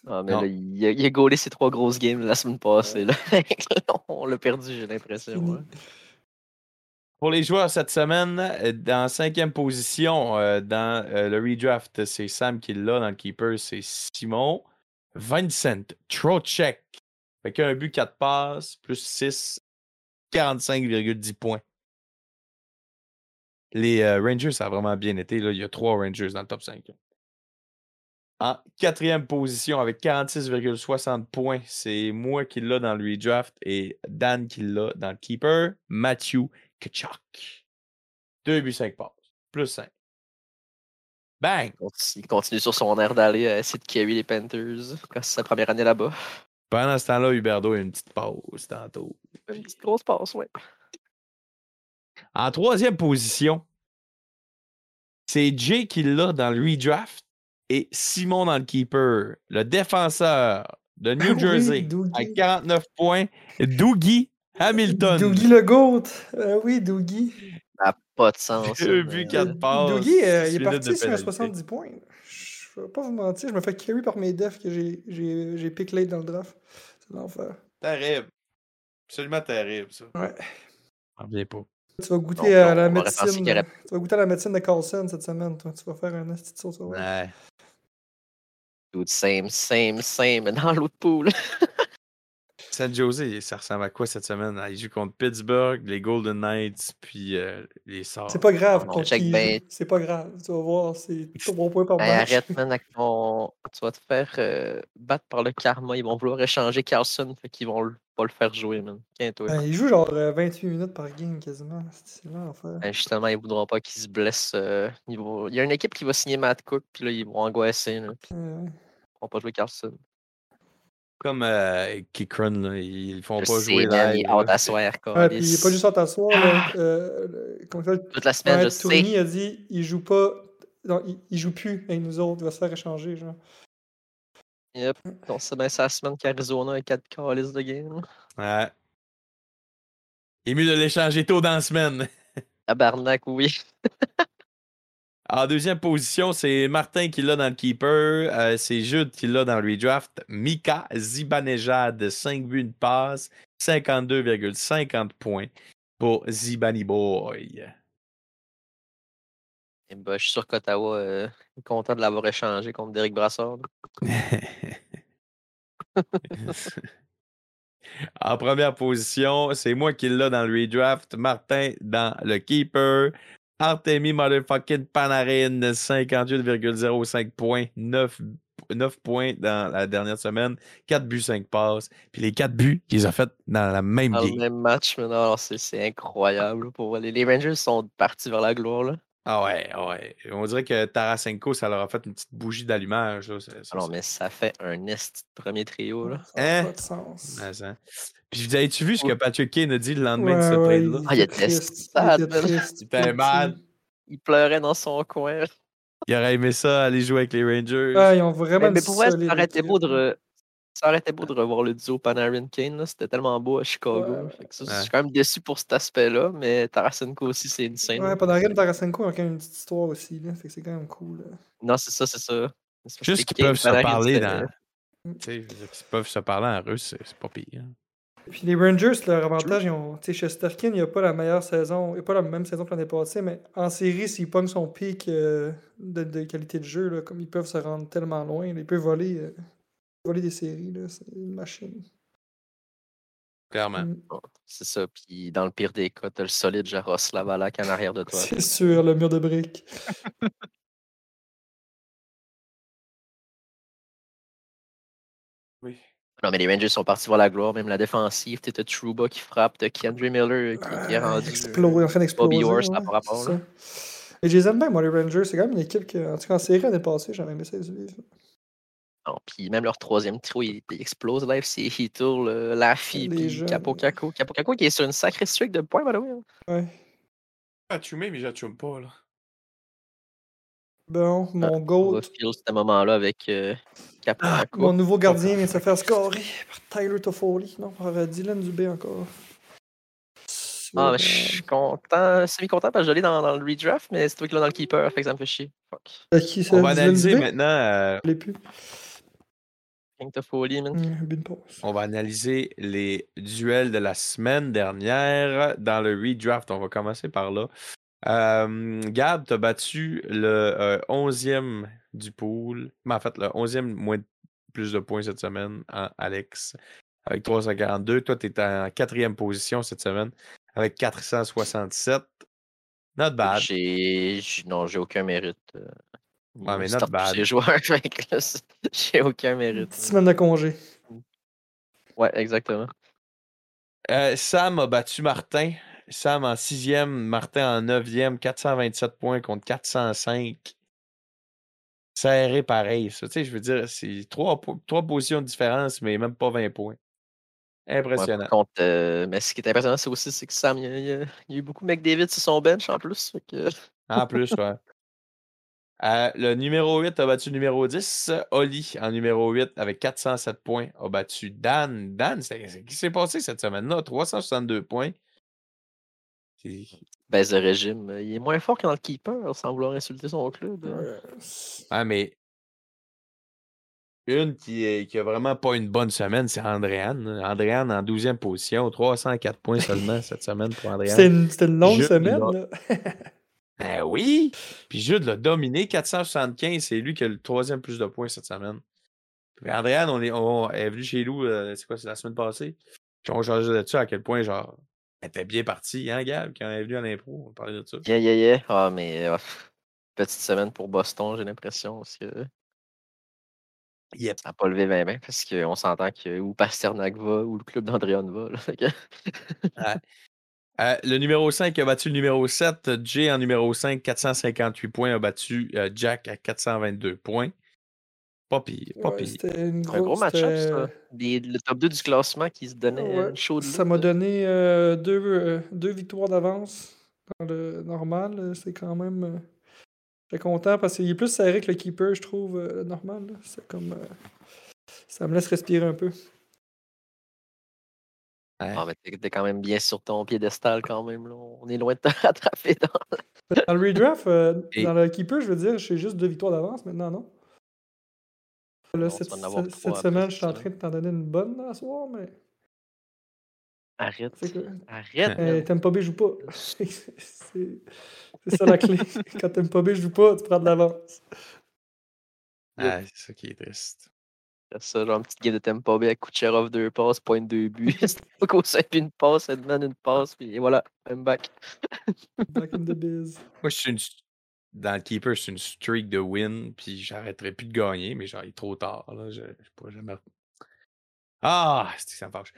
Speaker 1: Ah, mais
Speaker 2: Non.
Speaker 1: là, il, a, il a gaulé ses trois grosses games la semaine passée. là. On l'a perdu, j'ai l'impression. hein.
Speaker 3: Fini.
Speaker 1: ouais.
Speaker 2: Pour les joueurs cette semaine, euh, dans cinquième position euh, dans euh, le redraft, c'est Sam qui l'a. Dans le keeper, c'est Simon. Vincent Trocek. Fait qu'un but, 4 passes, plus 6, 45,10 points. Les euh, Rangers, ça a vraiment bien été. Là. Il y a trois Rangers dans le top 5. En quatrième position, avec 46,60 points, c'est moi qui l'a dans le redraft et Dan qui l'a dans le keeper. Matthew Kachuk. 2 buts, 5 passes. Plus 5. Bang!
Speaker 1: Il conti- Il continue sur son air d'aller à essayer de carry les Panthers quand c'est sa première année là-bas.
Speaker 2: Pendant ce temps-là, Huberdo a eu une petite pause tantôt.
Speaker 1: Une petite grosse passe, ouais.
Speaker 2: En troisième position, c'est Jay qui l'a dans le redraft et Simon dans le keeper. Le défenseur de New
Speaker 3: Ah Oui,
Speaker 2: Jersey à
Speaker 3: Dougie.
Speaker 2: 49 points, Dougie Hamilton.
Speaker 3: Dougie le GOAT. Euh, oui, Dougie.
Speaker 1: Pas de sens. ça,
Speaker 2: Deux
Speaker 1: mais,
Speaker 2: buts,
Speaker 1: euh,
Speaker 2: quatre passes.
Speaker 3: Dougie, euh,
Speaker 2: six
Speaker 3: il est
Speaker 2: minutes de
Speaker 3: parti sur un
Speaker 2: pénalité.
Speaker 3: 70 points. Je vais pas vous mentir, je me fais carry par mes defs que j'ai- j'ai j'ai pick late dans le draft. C'est l'enfer.
Speaker 2: Terrible. Absolument terrible, ça.
Speaker 3: Ouais.
Speaker 2: Ça revient pas.
Speaker 3: Tu vas
Speaker 1: Donc,
Speaker 3: goûter à la
Speaker 1: on aurait pensé
Speaker 3: médecine.
Speaker 1: qu'il aurait-
Speaker 3: Tu vas goûter à la médecine de Carlson cette semaine, toi. Tu vas faire un esti de sauce au vin.
Speaker 2: Ouais.
Speaker 1: Dude, same, same, same, dans l'autre poule.
Speaker 2: San Jose, ça ressemble à quoi cette semaine? Ah, Ils jouent contre Pittsburgh, les Golden Knights, puis euh, les Sars.
Speaker 3: C'est pas grave.
Speaker 1: non,
Speaker 3: contre
Speaker 1: check
Speaker 3: qui il
Speaker 1: ben.
Speaker 3: joue. C'est pas grave. Tu vas voir, c'est 3 points par
Speaker 1: Ben,
Speaker 3: match.
Speaker 1: arrête, man, avec ton- tu vas te faire euh, battre par le karma. Ils vont vouloir échanger Carlson, fait qu'ils vont le- pas le faire jouer, man. Tiens, toi.
Speaker 3: Ben, il joue genre euh, 28 minutes par game quasiment. C'est c'est l'enfer.
Speaker 1: Ben, justement, ils voudront pas qu'il se blesse. euh, ils vont- Il y a une équipe qui va signer Matt Cook, puis là, ils vont angoisser. Là. Ils
Speaker 3: Euh, ouais.
Speaker 1: vont pas jouer Carlson.
Speaker 2: Comme euh, Kikron, là, ils le font
Speaker 1: Je
Speaker 2: pas
Speaker 1: sais,
Speaker 2: jouer
Speaker 1: man,
Speaker 2: live,
Speaker 1: il est
Speaker 2: là.
Speaker 1: hâte à soir,
Speaker 3: Ouais,
Speaker 1: câlisse.
Speaker 3: puis il est pas juste en t'asseoir. là, euh, le- Comment ça s'appelle?
Speaker 1: Toute la semaine, Ah! Ben, je
Speaker 3: Ouais,
Speaker 1: sais.
Speaker 3: Tourny a dit il joue pas. Non, il, il joue plus avec nous autres, il va se faire échanger. Genre.
Speaker 1: Yep. On sait bien, ben, c'est la semaine qu'Arizona a 4 calices de game.
Speaker 2: Ouais. Il est mieux de l'échanger tôt dans la semaine.
Speaker 1: Tabarnak, oui.
Speaker 2: En deuxième position, c'est Martin qui l'a dans le keeper. euh, c'est Jude qui l'a dans le redraft. Mika Zibanejad, 5 buts, une passe, 52,50 points pour Zibani Boy.
Speaker 1: Et ben, je suis sûr qu'Ottawa euh, est content de l'avoir échangé contre Derek Brassard.
Speaker 2: en première position, c'est moi qui l'a dans le redraft, Martin dans le keeper, Artemi motherfucking Panarin, 58,05 points, 9, 9 points dans la dernière semaine, 4 buts, 5 passes, puis les 4 buts qu'ils ont fait dans la même
Speaker 1: Dans le
Speaker 2: game.
Speaker 1: même match, mais non, alors c'est- c'est incroyable. là, Pour vrai. les, les Rangers sont partis vers la gloire. Là.
Speaker 2: Ah ouais, ouais. On dirait que Tarasenko, ça leur a fait une petite bougie d'allumage. là, ça- ça-
Speaker 1: Ah non, mais ça fait un esti de premier trio. Là.
Speaker 3: Ça
Speaker 2: Hein?
Speaker 3: n'a pas de sens.
Speaker 2: Mais, hein. Puis vous avez-tu vu ce que Patrick Kane a dit le lendemain de
Speaker 3: Ouais,
Speaker 2: ce
Speaker 3: ouais,
Speaker 2: trade-là?
Speaker 1: Ah, il
Speaker 3: était
Speaker 1: était
Speaker 3: triste,
Speaker 1: sad,
Speaker 3: il était
Speaker 1: man.
Speaker 3: triste,
Speaker 2: Il était mal.
Speaker 1: Il pleurait dans son coin.
Speaker 2: Il aurait aimé ça, aller jouer avec les Rangers.
Speaker 3: Ouais, ils ont vraiment
Speaker 1: Mais, mais
Speaker 3: une
Speaker 1: pour vrai, ça
Speaker 3: solide
Speaker 1: aurait été
Speaker 3: équipe. hein.
Speaker 1: beau de. re- Ça aurait été beau de revoir le duo Panarin Kane, là. c'était tellement beau à Chicago.
Speaker 3: Ouais, ouais.
Speaker 1: Fait que ça,
Speaker 2: Ouais.
Speaker 1: Je suis quand même déçu pour cet aspect-là, mais Tarasenko aussi, c'est une scène.
Speaker 3: Ouais, Panarin et Tarasenko ont quand même une petite histoire aussi, là. Fait que c'est quand même cool. là.
Speaker 1: Non, c'est ça, c'est ça. C'est parce
Speaker 2: Juste
Speaker 1: que
Speaker 2: qu'ils peuvent se
Speaker 1: Kane, Panarin,
Speaker 2: parler
Speaker 1: c'était-
Speaker 2: dans. Tu sais, je veux dire, qu'ils peuvent se parler en russe, c'est c'est pas pire.
Speaker 3: Puis les Rangers, leur avantage, ils ont. Tu sais, Chesterkin, il a pas la meilleure saison, il a pas la même saison que l'année passée, mais en série, s'il pogne son pic euh, de, de qualité de jeu, là, comme ils peuvent se rendre tellement loin, là, il peut voler, euh, voler des séries, là, c'est une machine.
Speaker 2: Clairement.
Speaker 3: Mm.
Speaker 1: C'est ça. Puis dans le pire des cas, t'as le solide Jaroslav Alak en arrière de toi.
Speaker 3: C'est sûr, le mur de briques.
Speaker 2: Oui.
Speaker 1: Non, mais les Rangers sont partis voir la gloire, même la défensive. T'as t'as Trouba qui frappe, t'as Kendry Miller qui, qui est rendu. euh,
Speaker 3: Explo- en train d'exploser.
Speaker 1: Bobby Orr, ça
Speaker 3: ouais,
Speaker 1: par rapport,
Speaker 3: c'est ça. Et je les aime bien, moi, les Rangers. C'est quand même une équipe que, en tout cas, en série, l'année passée, j'avais aimé ça les suivre.
Speaker 1: Non, puis même leur troisième trio, il, il explose live. C'est Hito, le- Laffy,
Speaker 3: Les
Speaker 1: puis
Speaker 3: jeunes.
Speaker 1: Capocacco. Capocacco qui est sur une sacrée streak de points, by the way, hein.
Speaker 3: Ouais.
Speaker 2: J'attume, mais j'attume pas, là.
Speaker 3: Bon, mon
Speaker 1: On
Speaker 3: goat.
Speaker 1: va filer ce moment-là avec euh,
Speaker 2: Ah,
Speaker 1: Capocacco.
Speaker 3: Mon nouveau gardien vient de se faire scorer par Tyler Toffoli. Non, par euh, Dylan Dubé encore. Euh,
Speaker 1: Ah, mais je suis content, semi-content parce que je l'ai dans, dans le redraft, mais c'est toi qui l'as dans le keeper, fait que ça me fait chier. Fuck.
Speaker 3: Euh, qui, ça,
Speaker 2: On va
Speaker 3: Dylan
Speaker 2: analyser
Speaker 3: Dubé?
Speaker 2: maintenant. euh,
Speaker 3: Je l'ai plus.
Speaker 1: King of Foley, man.
Speaker 3: Hum, Bin pause.
Speaker 2: on va analyser les duels de la semaine dernière dans le redraft. On va commencer par là. Euh, Gab, t'as battu le euh, 11e du pool. Mais en fait, le 11e moins plus de points cette semaine en Alex avec 342. Toi, tu es en quatrième position cette semaine avec 467. Not bad.
Speaker 1: J'ai. j'- Non, j'ai aucun mérite. euh,
Speaker 2: Ouais,
Speaker 1: au
Speaker 2: mais not
Speaker 1: start de
Speaker 2: bad.
Speaker 1: Ces joueurs, fait que là, c'est- j'ai aucun mérite.
Speaker 3: Petite semaine de congé.
Speaker 1: Ouais, exactement.
Speaker 2: Euh, Sam a battu Martin. Sam en sixième, Martin en neuvième, 427 points contre 405. Serré pareil, ça. Tu sais, je veux dire, c'est trois, po- trois positions de différence, mais même pas 20 points.
Speaker 1: Ouais, par
Speaker 2: Impressionnant.
Speaker 1: contre, euh, mais ce qui est impressionnant, c'est aussi c'est que Sam, il y a, il y a- il y a eu beaucoup de McDavid sur son bench en plus. fait que-
Speaker 2: En plus, ouais. Euh, le numéro 8 a battu le numéro 10. Oli, en numéro 8, avec 407 points, a battu Dan. Dan, c'est c'est- qui s'est passé cette semaine-là? 362 points. C'est-
Speaker 1: baisse de régime. euh, Il est moins fort que dans le keeper, sans vouloir insulter son club. hein.
Speaker 2: Ah, mais. Une qui, est, qui a vraiment pas une bonne semaine, c'est Andréane. hein. Andréane en 12e position, 304 points seulement cette semaine pour
Speaker 3: C'était
Speaker 2: Andréane.
Speaker 3: une, c'était une longue
Speaker 2: Je-
Speaker 3: semaine.
Speaker 2: Non.
Speaker 3: là.
Speaker 2: Ben oui! Puis Jude l'a dominé, 475, c'est lui qui a le troisième plus de points cette semaine. Puis Andréane, on est, on, elle est venue chez nous, euh, c'est quoi, c'est la semaine passée? Puis on changeait de ça à quel point, genre, elle était bien partie, hein, Gab, quand elle est venue à l'impro, on parlait de ça.
Speaker 1: Yeah, yeah, yeah. Ah, mais euh, pff, petite semaine pour Boston, j'ai l'impression. Parce que
Speaker 2: Yep.
Speaker 1: ça n'a pas levé 20 parce qu'on s'entend que où Pasternak va, où le club d'Andréon va. là, fait que-
Speaker 2: Euh, le numéro 5 a battu le numéro 7. Jay en numéro 5, 458 points, a battu euh, Jack à 422 points. Pas pire, pas
Speaker 3: Ouais,
Speaker 2: pire.
Speaker 3: C'était une
Speaker 1: C'est un gros
Speaker 3: grosse.
Speaker 1: match-up, ça.
Speaker 3: euh,
Speaker 1: Des- le top 2 du classement qui se donnait
Speaker 3: Ouais,
Speaker 1: une chaude
Speaker 3: Ça
Speaker 1: lutte,
Speaker 3: m'a
Speaker 1: là.
Speaker 3: donné euh, deux, euh, deux victoires d'avance dans le normal. euh, C'est quand même. euh, J'étais content parce qu'il est plus serré que le keeper, je trouve, euh, le normal. là. C'est comme. euh, ça me laisse respirer un peu.
Speaker 2: Ouais.
Speaker 1: Ah, mais t'es t'es quand même bien sur ton piédestal quand même. Là. On est loin de te rattraper. Dans...
Speaker 3: Dans le redraft, euh,
Speaker 2: Et-
Speaker 3: dans le keeper, je veux dire, j'ai juste deux victoires d'avance maintenant, non? Là,
Speaker 1: Non, tu
Speaker 3: cette,
Speaker 1: vas en avoir
Speaker 3: cette-
Speaker 1: trois
Speaker 3: cette
Speaker 1: après
Speaker 3: semaine,
Speaker 1: cette
Speaker 3: je suis en
Speaker 1: semaine.
Speaker 3: train de t'en donner une bonne là, à soir, mais.
Speaker 1: Arrête.
Speaker 3: C'est que.
Speaker 1: Arrête.
Speaker 3: Euh,
Speaker 1: man.
Speaker 3: t'aimes pas B, joue pas. c'est c'est ça la clé. Quand t'aimes pas B, joue pas, tu prends de l'avance.
Speaker 2: Ah, c'est ça qui est triste.
Speaker 1: Fais Ça, genre, une petite game de Tempo Bay avec Kucherov, deux passes, point de deux buts. Stamkos, une passe, Edman, une passe, puis voilà, I'm back.
Speaker 3: Back in the biz.
Speaker 2: Moi, je suis une... s- dans le keeper, c'est une streak de win, puis j'arrêterai plus de gagner, mais genre, il est trop tard. Là. Je ne pourrai jamais. Ah, c'est que ça me fâche.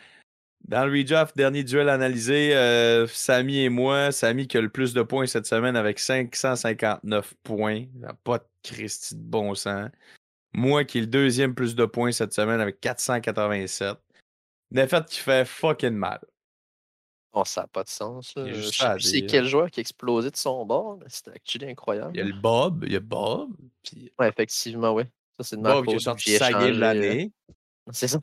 Speaker 2: Dans le redraft, dernier duel analysé, euh, Samy et moi. Samy qui a le plus de points cette semaine avec 559 points. Ça n'a Pas de Christy de bon sens. Moi qui est le deuxième plus de points cette semaine avec 487. Défaite qui fait fucking mal.
Speaker 1: Bon, ça n'a pas de sens. là.
Speaker 2: Il y a
Speaker 1: Je
Speaker 2: juste
Speaker 1: sais
Speaker 2: ça à
Speaker 1: plus c'est
Speaker 2: dire.
Speaker 1: quel joueur qui a explosé de son bord. mais C'était actually incroyable.
Speaker 2: Il y a le Bob, il y a Bob, puis
Speaker 1: Ouais, effectivement, ouais. Ça, c'est de ma
Speaker 2: Bob qui a
Speaker 1: faute,
Speaker 2: sorti
Speaker 1: j'ai
Speaker 2: sa game
Speaker 1: échangé,
Speaker 2: de
Speaker 1: euh,
Speaker 2: l'année.
Speaker 1: C'est ça.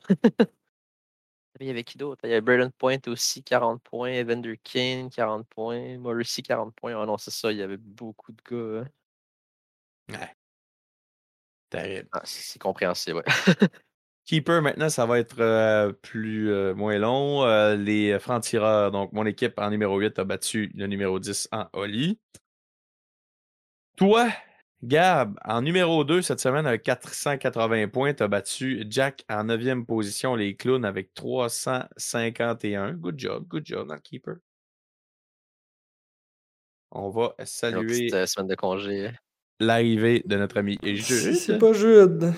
Speaker 1: Il y avait qui d'autre? Il y avait Braden Point aussi, 40 points. Evander King, 40 points. Morrissey, 40 points. Ah non, c'est ça, il y avait beaucoup de gars. hein.
Speaker 2: Ouais. Terrible.
Speaker 1: Ah, c'est c'est compréhensible, ouais.
Speaker 2: Keeper, maintenant, ça va être euh, plus euh, moins long. Euh, les francs-tireurs, donc mon équipe en numéro 8 a battu le numéro 10 en Oli. Toi, Gab, en numéro 2 cette semaine, avec 480 points, tu as battu Jack en 9e position, les clowns avec 351. Good job, good job dans le Keeper. On va
Speaker 1: Une autre
Speaker 2: saluer
Speaker 1: petite euh, semaine de congé. hein.
Speaker 2: l'arrivée de notre ami
Speaker 3: C'est-
Speaker 2: Jude.
Speaker 3: C'est pas Jude.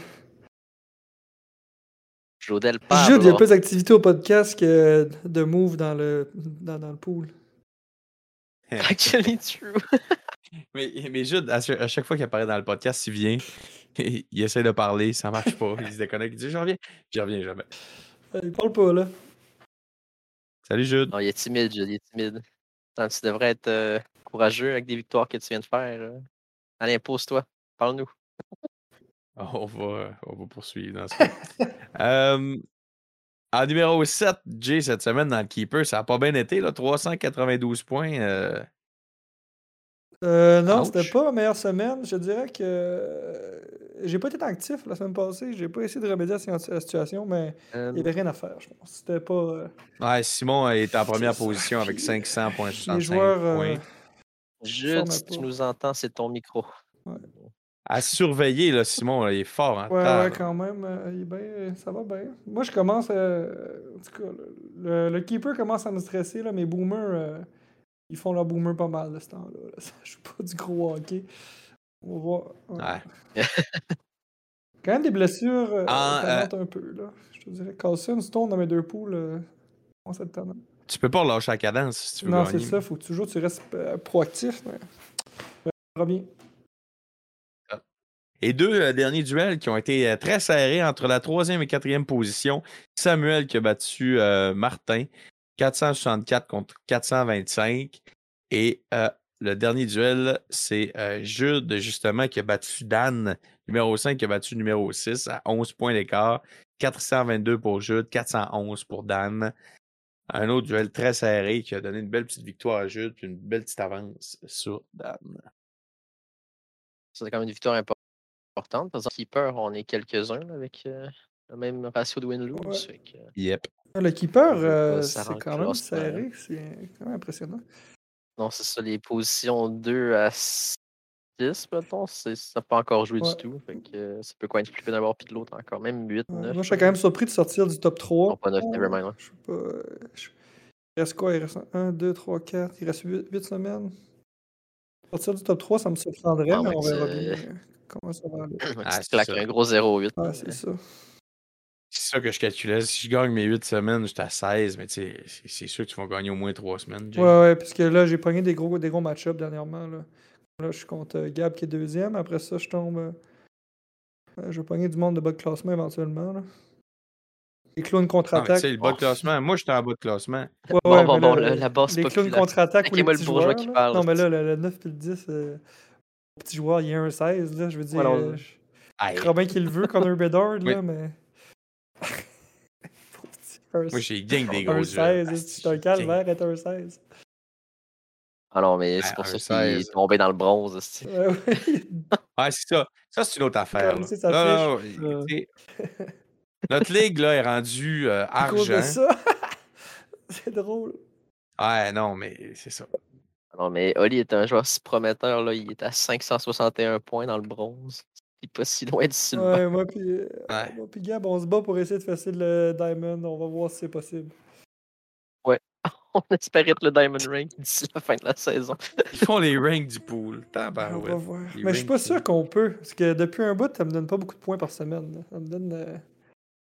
Speaker 1: Claudel
Speaker 3: Jude, il y a
Speaker 1: Pablo.
Speaker 3: plus d'activité au podcast que de move dans le, dans, dans le pool.
Speaker 1: Actually true.
Speaker 2: Mais, mais Jude, à, cha- à chaque fois qu'il apparaît dans le podcast, il vient, il essaie de parler, ça marche pas, il se déconnecte, il dit je reviens, je reviens jamais.
Speaker 3: Euh, Il parle pas, là.
Speaker 2: Salut Jude.
Speaker 1: Non, il est timide, Jude, il est timide. Attends, tu devrais être euh, courageux avec des victoires que tu viens de faire. euh. Allez, impose-toi. Parle-nous.
Speaker 2: On va, on va poursuivre dans ce cas. Euh, en numéro 7, Jay, cette semaine dans le Keeper, ça n'a pas bien été, là, 392 points. euh,
Speaker 3: Euh, non,
Speaker 2: Ouch.
Speaker 3: c'était pas ma meilleure semaine. Je dirais que euh, j'ai pas été actif la semaine passée. J'ai pas essayé de remédier à la si- à la situation, mais
Speaker 1: Euh,
Speaker 3: il y avait rien à faire, je pense. C'était pas. euh,
Speaker 2: Ouais, Simon est en première
Speaker 3: ça,
Speaker 2: position avec
Speaker 3: puis,
Speaker 2: 500 points.
Speaker 3: les joueurs. euh,
Speaker 2: points.
Speaker 1: Jude,
Speaker 3: format
Speaker 1: si tu
Speaker 3: pas.
Speaker 1: nous entends, c'est ton micro.
Speaker 2: À surveiller, là, Simon, là, il est fort en
Speaker 3: Ouais,
Speaker 2: retard, là.
Speaker 3: ouais, quand même. euh, il est bien, euh, ça va bien. Moi, je commence. euh, en tout cas, le, le- le keeper commence à me stresser. Là, mes boomers, euh, ils font leur boomer pas mal de ce temps-là. là. Ça joue pas du gros hockey. On va voir. ouais.
Speaker 2: Ouais.
Speaker 3: Quand même des blessures euh,
Speaker 2: En,
Speaker 3: tannantes un peu. Là. Je te dirais, Carlson, Stone dans mes deux poules, euh, on cette tannante.
Speaker 2: Tu peux pas relâcher la cadence si tu veux
Speaker 3: Non,
Speaker 2: gagner.
Speaker 3: c'est ça. Faut que toujours tu restes euh, proactif. Mais... euh, mais ça va bien.
Speaker 2: Et deux euh, derniers duels qui ont été euh, très serrés entre la troisième et quatrième position. Samuel qui a battu euh, Martin, 464 contre 425. Et euh, le dernier duel, c'est euh, Jude, justement, qui a battu Dan, numéro 5, qui a battu numéro 6 à 11 points d'écart. 422 pour Jude, 411 pour Dan. Un autre duel très serré qui a donné une belle petite victoire à Jude, puis une belle petite avance sur Dan.
Speaker 1: C'est quand même une victoire impor- importante. Parce que Keeper, on est quelques-uns là, avec euh, le même ratio de win-lose.
Speaker 3: Ouais.
Speaker 1: fait que, euh,
Speaker 2: Yep.
Speaker 3: Le keeper,
Speaker 1: Je veux pas,
Speaker 3: euh,
Speaker 1: ça
Speaker 3: c'est
Speaker 1: rentre
Speaker 3: quand même
Speaker 1: classe, euh.
Speaker 3: serré. C'est quand même impressionnant.
Speaker 1: Non, c'est ça, les positions 2 à 6, mettons, c'est- ça n'a pas encore joué
Speaker 3: Ouais.
Speaker 1: du tout. Fait que, euh, ça peut coïncider d'un bord puis de l'autre encore. Même 8,
Speaker 3: Ouais,
Speaker 1: 9.
Speaker 3: moi, je serais quand même surpris de sortir du top 3.
Speaker 1: Non, pas 9, nevermind. ouais.
Speaker 3: Je sais pas. euh, je- Il reste quoi Il reste 1, 2, 3, 4. Il reste 8, semaines. Sortir du top 3, ça me surprendrait,
Speaker 1: Ah,
Speaker 3: mais
Speaker 1: ouais,
Speaker 3: on verra
Speaker 1: c'est-
Speaker 3: bien euh, comment ça va aller.
Speaker 1: Ouais,
Speaker 2: Ah,
Speaker 1: tu te
Speaker 2: c'est
Speaker 1: claques
Speaker 2: ça.
Speaker 1: un gros 0-8.
Speaker 3: Ouais,
Speaker 1: là,
Speaker 3: c'est
Speaker 1: mais-
Speaker 3: ça.
Speaker 2: C'est ça que je calculais. Si je gagne mes 8 semaines, j'étais à 16, mais tu sais, c'est- c'est sûr que tu vas gagner au moins 3 semaines. Jay.
Speaker 3: Ouais, ouais, puisque là, j'ai pogné des gros, des gros match-ups dernièrement. Là. là, je suis contre euh, Gab qui est deuxième. Après ça, je tombe. euh, euh, je vais pogner du monde de bas de classement éventuellement. Là. Les clowns
Speaker 2: Ah, mais tu
Speaker 3: contre-attaque.
Speaker 2: sais, le bas de classement. Moi, j'étais en bas de classement.
Speaker 3: Ouais,
Speaker 1: Bon,
Speaker 3: ouais,
Speaker 1: bon,
Speaker 3: mais
Speaker 1: bon,
Speaker 3: là, euh,
Speaker 1: le- la
Speaker 2: Oh,
Speaker 1: base
Speaker 3: Les clowns
Speaker 1: populaire.
Speaker 3: contre-attaque ou les
Speaker 1: Inquiète-moi le
Speaker 3: petits
Speaker 1: bourgeois
Speaker 3: joueurs.
Speaker 1: qui
Speaker 3: là.
Speaker 1: parle,
Speaker 3: Non, mais
Speaker 1: c'est-
Speaker 3: là, le, le 9 et le 10, euh, le petit joueur, il y a un 16. Là, je veux dire,
Speaker 1: Ouais,
Speaker 3: euh,
Speaker 1: non,
Speaker 3: je-
Speaker 2: Aïe.
Speaker 3: Robin qui le veut, Connor Bedard, là, mais. Pauvre petit, un-
Speaker 2: Moi, j'ai gang des
Speaker 3: un
Speaker 2: gros Ah, duels.
Speaker 3: 16,
Speaker 2: Asti,
Speaker 3: c'est un
Speaker 2: gang.
Speaker 3: calvaire être un 16.
Speaker 1: Ah non, mais c'est
Speaker 2: Ouais,
Speaker 1: pour
Speaker 2: un
Speaker 1: ça qu'il
Speaker 2: 16.
Speaker 1: est tombé dans le bronze. c'est-
Speaker 3: Ouais, ouais.
Speaker 2: Ah, c'est ça. Ça, c'est une autre affaire.
Speaker 3: Comme
Speaker 2: là.
Speaker 3: si ça
Speaker 2: Non,
Speaker 3: fiche,
Speaker 2: non,
Speaker 3: euh.
Speaker 2: tu sais, Notre ligue là, est rendue euh,
Speaker 3: À cause de
Speaker 2: argent.
Speaker 3: ça. c'est drôle.
Speaker 2: Ouais, non, mais c'est ça.
Speaker 1: Ah Non, mais Oli est un joueur si prometteur. Là. Il est à 561 points dans le bronze. Il n'est pas si loin du Sylvain.
Speaker 3: Ouais, moi, puis, euh,
Speaker 2: Ouais.
Speaker 3: moi, puis Gab, on se bat pour essayer de faire le Diamond. On va voir si c'est possible.
Speaker 1: On espérait être le Diamond Ring d'ici la fin de la saison.
Speaker 2: Ils font les ranks du pool.
Speaker 3: on
Speaker 2: Tabarouette.
Speaker 3: va voir.
Speaker 2: Ben les
Speaker 3: Mais je suis pas
Speaker 2: rings,
Speaker 3: sûr
Speaker 2: là.
Speaker 3: qu'on peut. Parce que depuis un bout, ça me donne pas beaucoup de points par semaine. là. Ça me donne. euh,